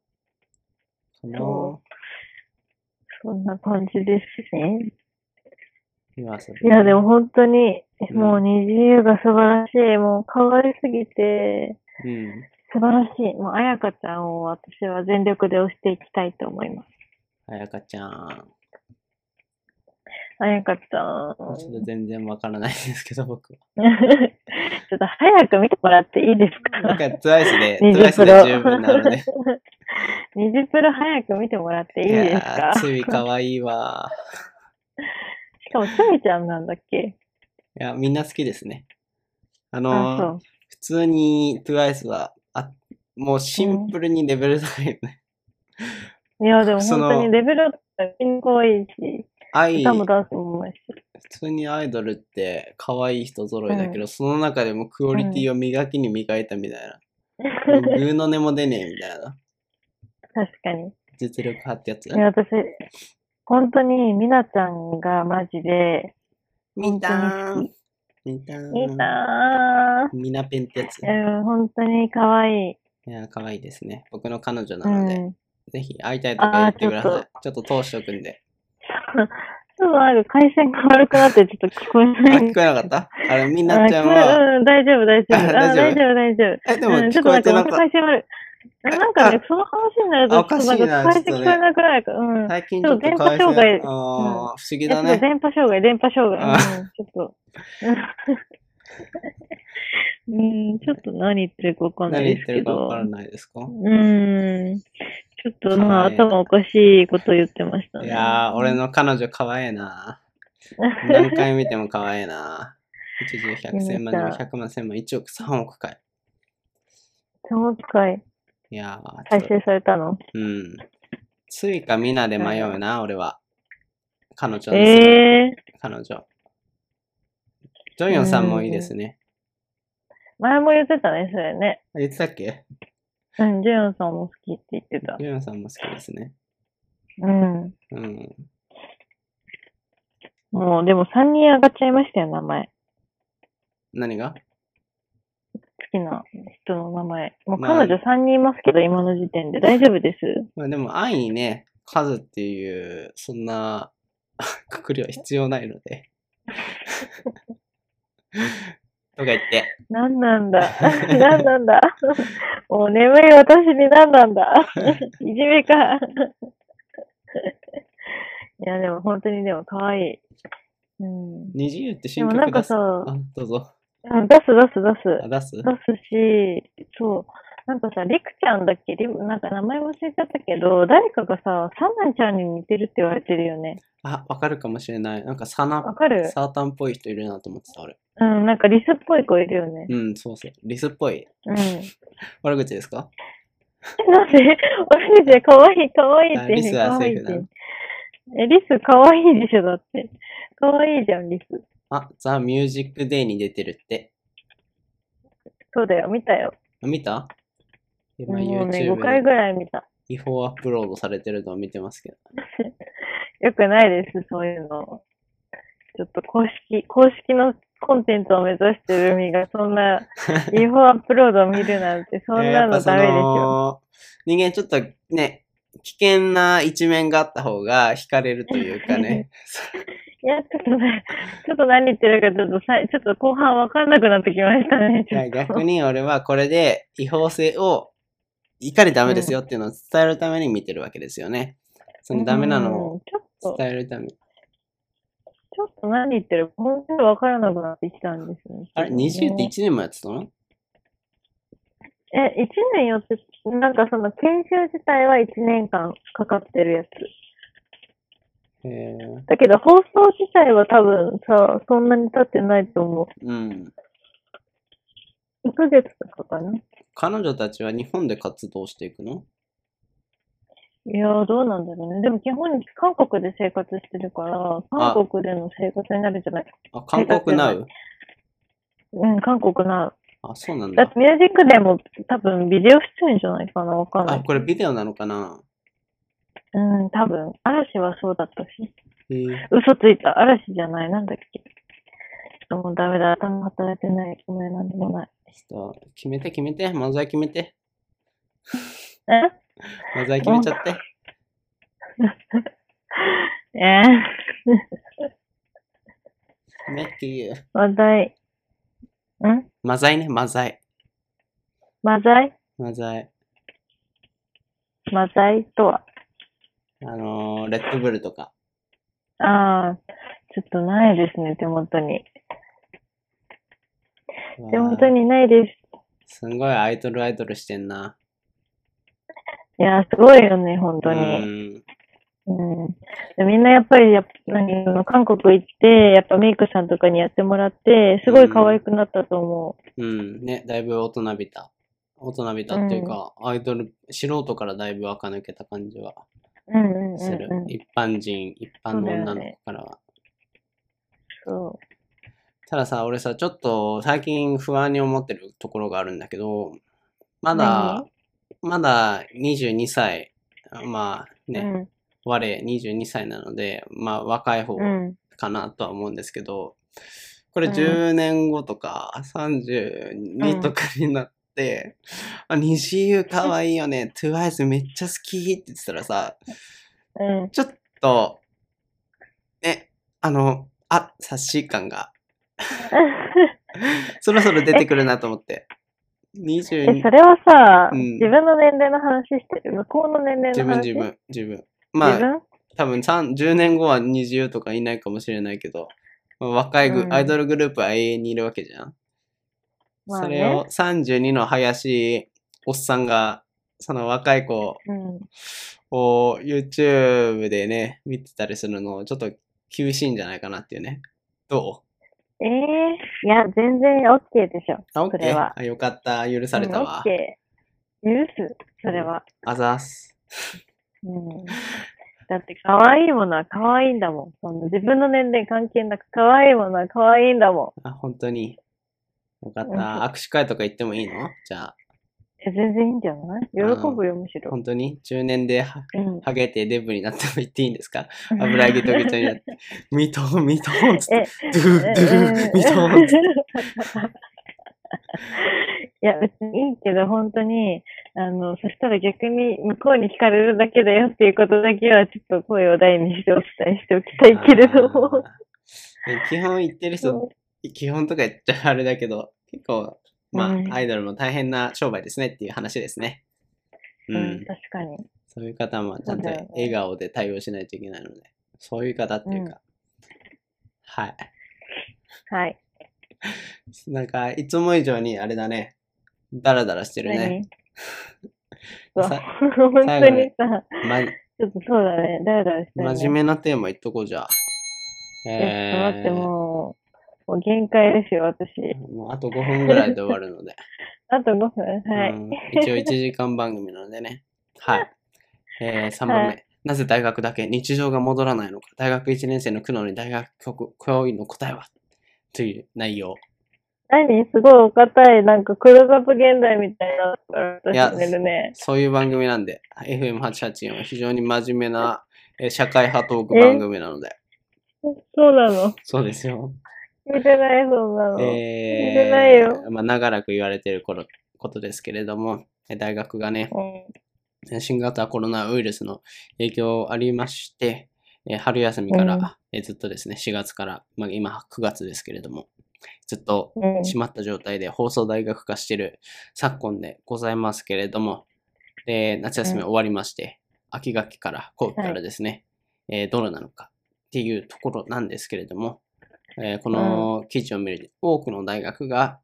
[SPEAKER 1] な
[SPEAKER 2] そそんな感じですね。
[SPEAKER 1] 今
[SPEAKER 2] いや、でも、本当に、もううん虹優が素晴らしい。もう可愛すぎて、
[SPEAKER 1] うん。
[SPEAKER 2] 素晴らしい。もう、あやかちゃんを私は全力で推していきたいと思います。
[SPEAKER 1] あやかちゃん。
[SPEAKER 2] あやかちゃん。
[SPEAKER 1] ちょっと全然わからないですけど、 僕は。
[SPEAKER 2] ちょっと早く見てもらっていいです
[SPEAKER 1] なんか、
[SPEAKER 2] か
[SPEAKER 1] トゥワイス で、ト
[SPEAKER 2] ニ
[SPEAKER 1] ゥワイ
[SPEAKER 2] ジ
[SPEAKER 1] ス
[SPEAKER 2] プ
[SPEAKER 1] で
[SPEAKER 2] ロ
[SPEAKER 1] 十分なの で。。
[SPEAKER 2] ニジプロ早く見てもらっていい
[SPEAKER 1] い
[SPEAKER 2] です
[SPEAKER 1] や
[SPEAKER 2] か
[SPEAKER 1] ー、ついかわいいわ。
[SPEAKER 2] しかも、つみちゃんなんだっけ
[SPEAKER 1] いや、みんな好きですね。あ
[SPEAKER 2] あ、
[SPEAKER 1] のー、
[SPEAKER 2] そう。
[SPEAKER 1] 普通に TWICE は、あ、もうシンプルにレベル高いよね。
[SPEAKER 2] いや、でも
[SPEAKER 1] その
[SPEAKER 2] 本当にレベルが可愛いし、
[SPEAKER 1] 愛、
[SPEAKER 2] 歌も
[SPEAKER 1] 普
[SPEAKER 2] ダンスもうまいし。
[SPEAKER 1] 通にアイドルって可愛い人揃いだけど、その中でもクオリティを磨きに磨いたみたいな。 もうグーの音も出ねえみたいな。
[SPEAKER 2] 確かに。
[SPEAKER 1] 実力派ってやつ
[SPEAKER 2] い。や、私、本当に、みなちゃんがマジで、
[SPEAKER 1] みたーん。みたーん。
[SPEAKER 2] いいなぁ。
[SPEAKER 1] みなペンってやつ。い
[SPEAKER 2] うん、本当に可愛い。
[SPEAKER 1] や、可愛いですね。僕の彼女な
[SPEAKER 2] う
[SPEAKER 1] ので、
[SPEAKER 2] ん。
[SPEAKER 1] ぜひ会いたいとか言ってくだ
[SPEAKER 2] あ
[SPEAKER 1] さ
[SPEAKER 2] ー
[SPEAKER 1] い。ちょっと通しとくんで。
[SPEAKER 2] ちょっとなんか回線が悪くなってちょっと聞こえ
[SPEAKER 1] あ、
[SPEAKER 2] ない。
[SPEAKER 1] 聞こえなかったあれ、みなちゃん
[SPEAKER 2] あ聞こ
[SPEAKER 1] は、
[SPEAKER 2] えうん、大丈 夫、大丈夫。
[SPEAKER 1] あ
[SPEAKER 2] あ
[SPEAKER 1] 大丈夫
[SPEAKER 2] 大丈夫、大丈夫。
[SPEAKER 1] え、でも
[SPEAKER 2] うん、ちょ
[SPEAKER 1] 聞
[SPEAKER 2] っと
[SPEAKER 1] こ
[SPEAKER 2] な
[SPEAKER 1] え
[SPEAKER 2] ん
[SPEAKER 1] てなか
[SPEAKER 2] かまた
[SPEAKER 1] った。
[SPEAKER 2] 回線悪い。
[SPEAKER 1] え
[SPEAKER 2] なんかね
[SPEAKER 1] あ、
[SPEAKER 2] その話になる
[SPEAKER 1] あ
[SPEAKER 2] と、
[SPEAKER 1] おかしい
[SPEAKER 2] ちょ
[SPEAKER 1] な
[SPEAKER 2] っとなんか回線
[SPEAKER 1] ちょっ
[SPEAKER 2] 聞
[SPEAKER 1] とね
[SPEAKER 2] こえなくなるから、うん。
[SPEAKER 1] 最近ちょっと
[SPEAKER 2] そう
[SPEAKER 1] 回線
[SPEAKER 2] 電波障害
[SPEAKER 1] あー不思議だ
[SPEAKER 2] いやちょっ
[SPEAKER 1] ね。
[SPEAKER 2] と電波障害、電波障害。うん、ちょっと。 うん、ちょっと何言ってるかわかんない
[SPEAKER 1] 何言っ
[SPEAKER 2] です
[SPEAKER 1] て
[SPEAKER 2] け
[SPEAKER 1] るかわ
[SPEAKER 2] ど。
[SPEAKER 1] からないですか
[SPEAKER 2] うん。ちょっとまあ、
[SPEAKER 1] はい
[SPEAKER 2] 頭おかしいこと言ってました
[SPEAKER 1] い
[SPEAKER 2] ね。
[SPEAKER 1] やー、俺の彼女可愛いな。何回見ても可愛いな。一十百千万でも百万千万一億三億回。
[SPEAKER 2] もう一回
[SPEAKER 1] いやー、
[SPEAKER 2] 再
[SPEAKER 1] ちょっ
[SPEAKER 2] 生されたの
[SPEAKER 1] とうん。ついかみなで迷うな、俺は。彼女ですね、
[SPEAKER 2] ええ
[SPEAKER 1] 彼女。ジョンヨンさんもいいですね。
[SPEAKER 2] 前も言ってたね、それね。
[SPEAKER 1] 言ってたっけ
[SPEAKER 2] うん、ジェヨンさんも好きって言ってた
[SPEAKER 1] ジ。ョンヨンさんも好きですね。
[SPEAKER 2] うん。
[SPEAKER 1] うん。
[SPEAKER 2] もう、でも3人上がっちゃいましたよ、名前。
[SPEAKER 1] 何が
[SPEAKER 2] 好きな人の名前。もう
[SPEAKER 1] まあ
[SPEAKER 2] 彼女3人いますけど、今の時点で。大丈夫です
[SPEAKER 1] まあでも愛にね、数っていう、そんな くくりは必要ないので。とか言って、
[SPEAKER 2] 何な んだ何なんだもう眠い私に何なんだいじめか。いや、でも本当にでも可愛い。うん。
[SPEAKER 1] 二次優って
[SPEAKER 2] で
[SPEAKER 1] 新
[SPEAKER 2] も
[SPEAKER 1] 曲
[SPEAKER 2] なんか
[SPEAKER 1] 出す。
[SPEAKER 2] さ、
[SPEAKER 1] あ、
[SPEAKER 2] う
[SPEAKER 1] どうぞ。
[SPEAKER 2] ん出す出す出す
[SPEAKER 1] あ、。出す
[SPEAKER 2] 出すし、そう。なんかさ、りくちゃんだっけりなんか名前忘れちゃったけど、誰かがさ、サナちゃんに似てるって言われてるよね。
[SPEAKER 1] あ、わかるかもしれない。なんかサ
[SPEAKER 2] わ
[SPEAKER 1] ナ、
[SPEAKER 2] かる
[SPEAKER 1] サータンっぽい人いるなと思ってた、俺。
[SPEAKER 2] うん、なんかリスっぽい子いるよね。
[SPEAKER 1] うん、そうそう。リスっぽい。
[SPEAKER 2] うん。
[SPEAKER 1] 悪口ですか
[SPEAKER 2] なんで 私たち可愛い可愛いっ
[SPEAKER 1] あ
[SPEAKER 2] て
[SPEAKER 1] リスは
[SPEAKER 2] 可愛い
[SPEAKER 1] セーフだ
[SPEAKER 2] ってえ、リス可愛いでしょ、だって。可愛いじゃん、リス。
[SPEAKER 1] あ、ザ・ミュージック・デイに出てるって。
[SPEAKER 2] そうだよ、見たよ。
[SPEAKER 1] あ見た今
[SPEAKER 2] もう
[SPEAKER 1] YouTube
[SPEAKER 2] ね、5回
[SPEAKER 1] で
[SPEAKER 2] ぐらい見た。
[SPEAKER 1] 違法アップロードされてるのを見てますけど。
[SPEAKER 2] よくないです、そういうの。ちょっと公式、公式のコンテンツを目指してる海が、そ んな、違法アップロードを見るなんて、そ
[SPEAKER 1] い
[SPEAKER 2] ん
[SPEAKER 1] や
[SPEAKER 2] なのダメですよ。
[SPEAKER 1] 人間ちょっとね、危険な一面があった方が惹かれるというか ね。
[SPEAKER 2] いや、ちょっとね、ちょっと何言ってるか、ちょっとさい、ちょっと後半わかんなくなってきましたね。
[SPEAKER 1] いや逆に俺はこれで違法性をいかにダメですよっていうのを伝えるために見てるわけですよね。そのダメなの
[SPEAKER 2] う
[SPEAKER 1] を
[SPEAKER 2] んちょっと、
[SPEAKER 1] 伝えるため。
[SPEAKER 2] ちょっと何言ってるか、本当にわからなくなってきたんですよね。
[SPEAKER 1] あれ、20って1年もやってたの
[SPEAKER 2] え、1年よって、なんかその研修自体は1年間かかってるやつ。
[SPEAKER 1] へえ。
[SPEAKER 2] だけど放送自体は多分さ、そんなに経ってないと思
[SPEAKER 1] うん。
[SPEAKER 2] う。1ヶ月とかかな。い
[SPEAKER 1] 彼女たちは日本で活動していくの
[SPEAKER 2] やー、どうなんだろうね。でも基本、韓国で生活してるから、
[SPEAKER 1] あ
[SPEAKER 2] 韓国での生活になるんじゃない
[SPEAKER 1] あ、韓国なう
[SPEAKER 2] うん、韓国な。
[SPEAKER 1] あ、そうなん
[SPEAKER 2] だっ
[SPEAKER 1] だ
[SPEAKER 2] て。ミュージックデーも多分ビデオ出演じゃないかなわかんな
[SPEAKER 1] あ、
[SPEAKER 2] い。
[SPEAKER 1] これビデオなのかな
[SPEAKER 2] うん、多分。嵐はそうだったし。
[SPEAKER 1] えー
[SPEAKER 2] 嘘ついた。嵐じゃない。なんだっけ。ちょっともうダメだ。頭働いてない。ごめん、なんでもない。
[SPEAKER 1] ちょっと、決めて決めて、漫才決めて、
[SPEAKER 2] え
[SPEAKER 1] 漫才決めちゃって。
[SPEAKER 2] え
[SPEAKER 1] 決めっていう。
[SPEAKER 2] ー、話題。ん
[SPEAKER 1] マザイね、マザイ。
[SPEAKER 2] マザイ
[SPEAKER 1] マザイ。
[SPEAKER 2] マザイとは
[SPEAKER 1] あのー、レッドブルとか。
[SPEAKER 2] ああ、ちょっとないですね、手元に。手元
[SPEAKER 1] わあ
[SPEAKER 2] にないです。
[SPEAKER 1] すんごいアイドルアイドルしてんな。
[SPEAKER 2] いやー、すごいよね、本当
[SPEAKER 1] う
[SPEAKER 2] に。
[SPEAKER 1] ん。
[SPEAKER 2] うん。でみんなやっぱりやっぱ、何、その韓国行って、やっぱメイクさんとかにやってもらって、すごい可愛くなったと思
[SPEAKER 1] う
[SPEAKER 2] う。
[SPEAKER 1] ん。ね、だいぶ大人びた。大人びたっていうか、アイドル、素人からだいぶ垢抜けた感じは
[SPEAKER 2] うんうんうん、
[SPEAKER 1] する。
[SPEAKER 2] うん。
[SPEAKER 1] 一般人、一般の
[SPEAKER 2] そうだよね
[SPEAKER 1] 女の子からは。
[SPEAKER 2] そ
[SPEAKER 1] たださ、俺さ、ちょっと最近不安に思ってるところがあるんだけど、まだ、まだ22歳、まあ
[SPEAKER 2] う。
[SPEAKER 1] ね、我22歳なので、まあ若い方
[SPEAKER 2] うん。うん。
[SPEAKER 1] かなとは思うんですけど、これ
[SPEAKER 2] うん
[SPEAKER 1] 10年後とか32とかになって、あ、西優かわいいよね、TWICE めっちゃ好きって言ってたらさ、
[SPEAKER 2] うん。
[SPEAKER 1] ちょっと、ね、あの、あ、察し感がそろそろ出てくるなと思って。
[SPEAKER 2] え、
[SPEAKER 1] 22
[SPEAKER 2] それはさ、
[SPEAKER 1] うん
[SPEAKER 2] 自分の年齢の話してる。向こうの年齢
[SPEAKER 1] 自
[SPEAKER 2] の
[SPEAKER 1] 分
[SPEAKER 2] 話
[SPEAKER 1] 自分自分。
[SPEAKER 2] 自
[SPEAKER 1] まあ、
[SPEAKER 2] 分
[SPEAKER 1] 多分3 10年後は20とかいないかもしれないけど、まあ若いグ、
[SPEAKER 2] うん
[SPEAKER 1] アイドルグループは永遠にいるわけじゃん。
[SPEAKER 2] まあ
[SPEAKER 1] そ
[SPEAKER 2] ね
[SPEAKER 1] れを32の林おっさんが、その若い子
[SPEAKER 2] うん。
[SPEAKER 1] を YouTube でね、見てたりするの、ちょっと厳しいんじゃないかなっていうね。どう
[SPEAKER 2] ええいや、全然 OK でしょ。
[SPEAKER 1] あ、
[SPEAKER 2] それ
[SPEAKER 1] OK?
[SPEAKER 2] は
[SPEAKER 1] あ、よかった。許されたわ。
[SPEAKER 2] うん、OK。許す、それは。
[SPEAKER 1] あざーす。
[SPEAKER 2] うん。だって、可愛いものは可愛いんだもん。その自分の年齢関係なく、可愛いものは可愛いんだも
[SPEAKER 1] あ、本当に。よかっ
[SPEAKER 2] うん
[SPEAKER 1] た。握手会とか行ってもいいのじゃあ、
[SPEAKER 2] ん。え全然いいんじゃない喜ぶよ、むしろ。
[SPEAKER 1] 本当に中年では
[SPEAKER 2] うん。
[SPEAKER 1] ハゲてデブになっても言っていいんですか油揚げとげちゃになって。ミトン、ミトンっつっ
[SPEAKER 2] え
[SPEAKER 1] て、、ドゥー、ドゥー、ミトンっつって。
[SPEAKER 2] いや、別にいいけど、本当に、あの、そしたら逆に向こうに惹かれるだけだよっていうことだけは、ちょっと声を大にしてお伝えしておきたいけれども。
[SPEAKER 1] あーえ基本言ってる人、基本とか言っちゃあれだけど、結構、ま
[SPEAKER 2] うん
[SPEAKER 1] あ、アイドルも大変な商売ですねっていう話ですね。う
[SPEAKER 2] うん、
[SPEAKER 1] ん。
[SPEAKER 2] 確かに。
[SPEAKER 1] そういう方もちゃんと
[SPEAKER 2] そうだよね
[SPEAKER 1] 笑顔で対応しないといけないので、そういう方っていうか、はい。
[SPEAKER 2] はい。
[SPEAKER 1] なんか、いつも以上にあれだね。ダラダラしてるね。
[SPEAKER 2] 何
[SPEAKER 1] さ
[SPEAKER 2] そう本当にさ、
[SPEAKER 1] ま、
[SPEAKER 2] ちょっとそうだね、だらだらしてるね。
[SPEAKER 1] 真面目なテーマ言っとこうじゃあ。
[SPEAKER 2] え、ちょっと待って、
[SPEAKER 1] ー
[SPEAKER 2] もう、もう限界ですよ、私。
[SPEAKER 1] もうあと5分ぐらいで終わるので。
[SPEAKER 2] あと5分 は
[SPEAKER 1] う
[SPEAKER 2] い。
[SPEAKER 1] ん一応1時間番組なので ね。はい。えー、3番目。
[SPEAKER 2] は
[SPEAKER 1] なぜ大学だけ日常が戻らないのか。大学1年生の苦悩に大学教員の答えはという内容。
[SPEAKER 2] 何すごいお堅い、なんかクローズアップ現代みたいなの
[SPEAKER 1] いや
[SPEAKER 2] 私寝るね。
[SPEAKER 1] そういう番組なんで、FM884 は非常に真面目な、えー社会派トーク番組なので。
[SPEAKER 2] そうなの。
[SPEAKER 1] そうですよ。
[SPEAKER 2] 見てない、そうなの。
[SPEAKER 1] え
[SPEAKER 2] 見てないよ
[SPEAKER 1] まあ、長らく言われている頃ことですけれども、え大学がね、
[SPEAKER 2] うん
[SPEAKER 1] 新型コロナウイルスの影響ありまして、え春休みから、
[SPEAKER 2] うん
[SPEAKER 1] えずっとですね、4月から、まあ、今9月ですけれども、ずっと
[SPEAKER 2] うん
[SPEAKER 1] 閉まった状態で放送大学化している昨今でございますけれども、で夏休み
[SPEAKER 2] うん
[SPEAKER 1] 終わりまして、秋学期から後期からですね、えーどうなのかっていうところなんですけれども、えーこの記事を見ると、多くの大学が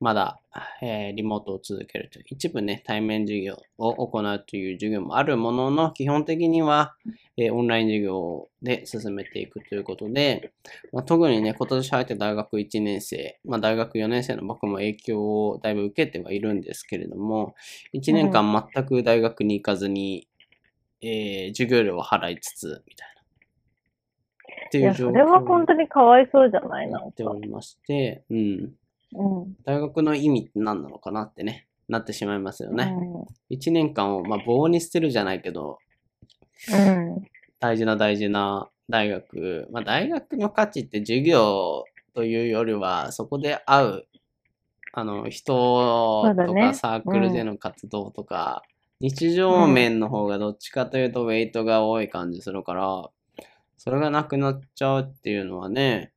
[SPEAKER 1] まだ、えーリモートを続けるという、一部ね、対面授業を行うという授業もあるものの、基本的には、えーオンライン授業で進めていくということで、まあ、特にね、今年入って大学1年生、まあ、大学4年生の僕も影響をだいぶ受けてはいるんですけれども、1年間全く大学に行かずに、えー授業料を払いつつ、みたいな。って
[SPEAKER 2] い
[SPEAKER 1] いう
[SPEAKER 2] や、
[SPEAKER 1] 状
[SPEAKER 2] そ
[SPEAKER 1] 況
[SPEAKER 2] れは本当にかわいそうじゃない
[SPEAKER 1] に
[SPEAKER 2] な
[SPEAKER 1] なんっ
[SPEAKER 2] か
[SPEAKER 1] て。おりまして、うん。
[SPEAKER 2] うん。
[SPEAKER 1] 大学の意味って何なのかなってね、なってしまいますよね。
[SPEAKER 2] うん
[SPEAKER 1] 一年間を、まあ、棒に捨てるじゃないけど、
[SPEAKER 2] うん。
[SPEAKER 1] 大事な大事な大学、まあ、大学の価値って授業というよりは、そこで会う、あの、人
[SPEAKER 2] そうだ
[SPEAKER 1] と
[SPEAKER 2] ねう
[SPEAKER 1] か
[SPEAKER 2] ん
[SPEAKER 1] サークルでの活動とか、日常面の方がどっちかというとウェイトが多い感じするから、それがなくなっちゃうっていうのはね、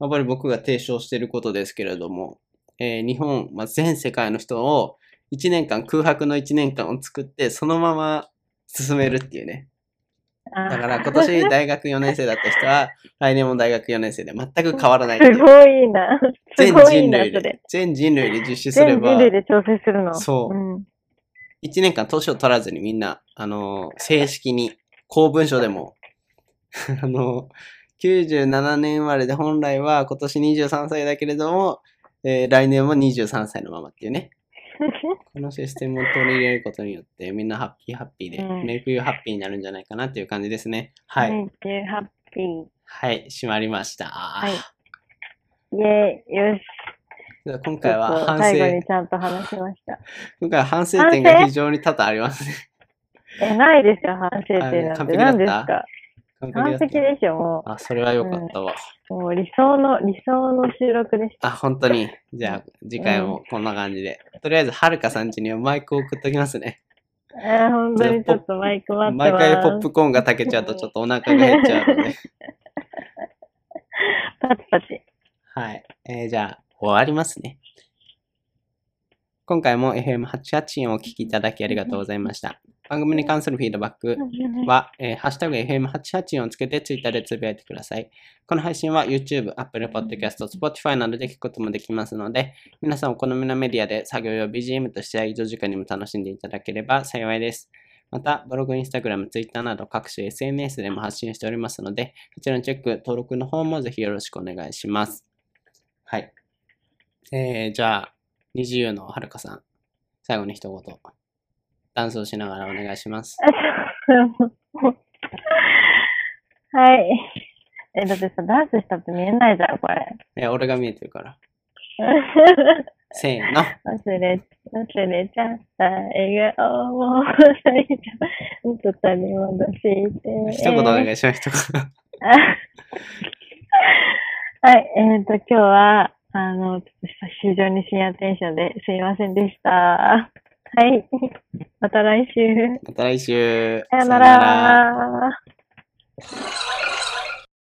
[SPEAKER 1] やっぱり僕が提唱していることですけれども、えー日本、まあ、全世界の人を1年間、空白の1年間を作って、そのまま進めるっていうね。
[SPEAKER 2] あ
[SPEAKER 1] だから今 年大学4年生だった人は、来年も大学4年生で全く変わらないってい
[SPEAKER 2] す
[SPEAKER 1] う。
[SPEAKER 2] ごいな。す
[SPEAKER 1] 全
[SPEAKER 2] ごい
[SPEAKER 1] 人
[SPEAKER 2] な、
[SPEAKER 1] 類
[SPEAKER 2] そ
[SPEAKER 1] で
[SPEAKER 2] れ。、
[SPEAKER 1] 全人類で実施すれ
[SPEAKER 2] 全人
[SPEAKER 1] ば、
[SPEAKER 2] 類で調整するの。
[SPEAKER 1] そうう、
[SPEAKER 2] ん。
[SPEAKER 1] 1年間年を取らずにみんな、あのー、正式に、公文書でも、 あのー、97年生まれで本来は今年23歳だけれども、えー来年も23歳のままっていうね。このシステムを取り入れることによって、みんなハッピーハッピーで、
[SPEAKER 2] うん
[SPEAKER 1] メイクユーハッピーになるんじゃないかなっていう感じですね。はい。
[SPEAKER 2] Thank you, happy.
[SPEAKER 1] はい、閉まりました。
[SPEAKER 2] はい。イェイ、よし。
[SPEAKER 1] じゃあ今
[SPEAKER 2] ちょ
[SPEAKER 1] 回は
[SPEAKER 2] っと
[SPEAKER 1] 反
[SPEAKER 2] 最後に
[SPEAKER 1] 省、
[SPEAKER 2] ちゃんと話しました。
[SPEAKER 1] 今回は反省点が非常に多々ありますね。
[SPEAKER 2] え、ないですよ、反省点なん
[SPEAKER 1] あ
[SPEAKER 2] て。
[SPEAKER 1] れ完璧
[SPEAKER 2] 何です
[SPEAKER 1] だった
[SPEAKER 2] か
[SPEAKER 1] 完
[SPEAKER 2] 完璧
[SPEAKER 1] だっ
[SPEAKER 2] でしょ、も
[SPEAKER 1] た。あ、 それは良かったわ。
[SPEAKER 2] う。もう理想の、理想の収録でし
[SPEAKER 1] あ、本当に。じゃあ、次回もこんな感じで。とりあえず、はるかさん家にはマイクを送っときますね。
[SPEAKER 2] た。えー、本当にちょっとマイク待って
[SPEAKER 1] 毎
[SPEAKER 2] ま
[SPEAKER 1] 回ポッ
[SPEAKER 2] す。
[SPEAKER 1] プコーンが炊けちゃうとちょっとお腹が減っちゃうので。
[SPEAKER 2] パチパ チ。
[SPEAKER 1] はい。えーじゃあ、終わりますね。今回も FM884 をお聞きいただきありがとうございました。番組に関するフィードバック、は、えーハッシュタグ FM884 をつけてツイッターでつぶやいてください。この配信は YouTube、Apple Podcast、Spotify などで聞くこともできますので、皆さんお好みのメディアで作業用 BGM として営業時間にも楽しんでいただければ幸いです。また、ブログ、インスタグラム、ツイッターなど各種 SNS でも発信しておりますので、こちらのチェック、登録の方もぜひよろしくお願いします。はい。えー、じゃあ、20のはるかさん、最後に一言、ダンスをしながらお願いします。
[SPEAKER 2] はい。え、だってさ、ダンスしたって見えないじゃん、これ。
[SPEAKER 1] え、俺が見えてるから。せ ーの。
[SPEAKER 2] 忘れ、忘れちゃった笑顔を最初、ちょっと 取り戻して。
[SPEAKER 1] 一言お願いします。一 言。
[SPEAKER 2] あ はい、えっ、と、今日は、あの、ちょっと非常に深夜テンションですいませんでした。はい、また来週。
[SPEAKER 1] また来週。
[SPEAKER 2] さ
[SPEAKER 1] さ
[SPEAKER 2] よな
[SPEAKER 1] よなら
[SPEAKER 2] ら。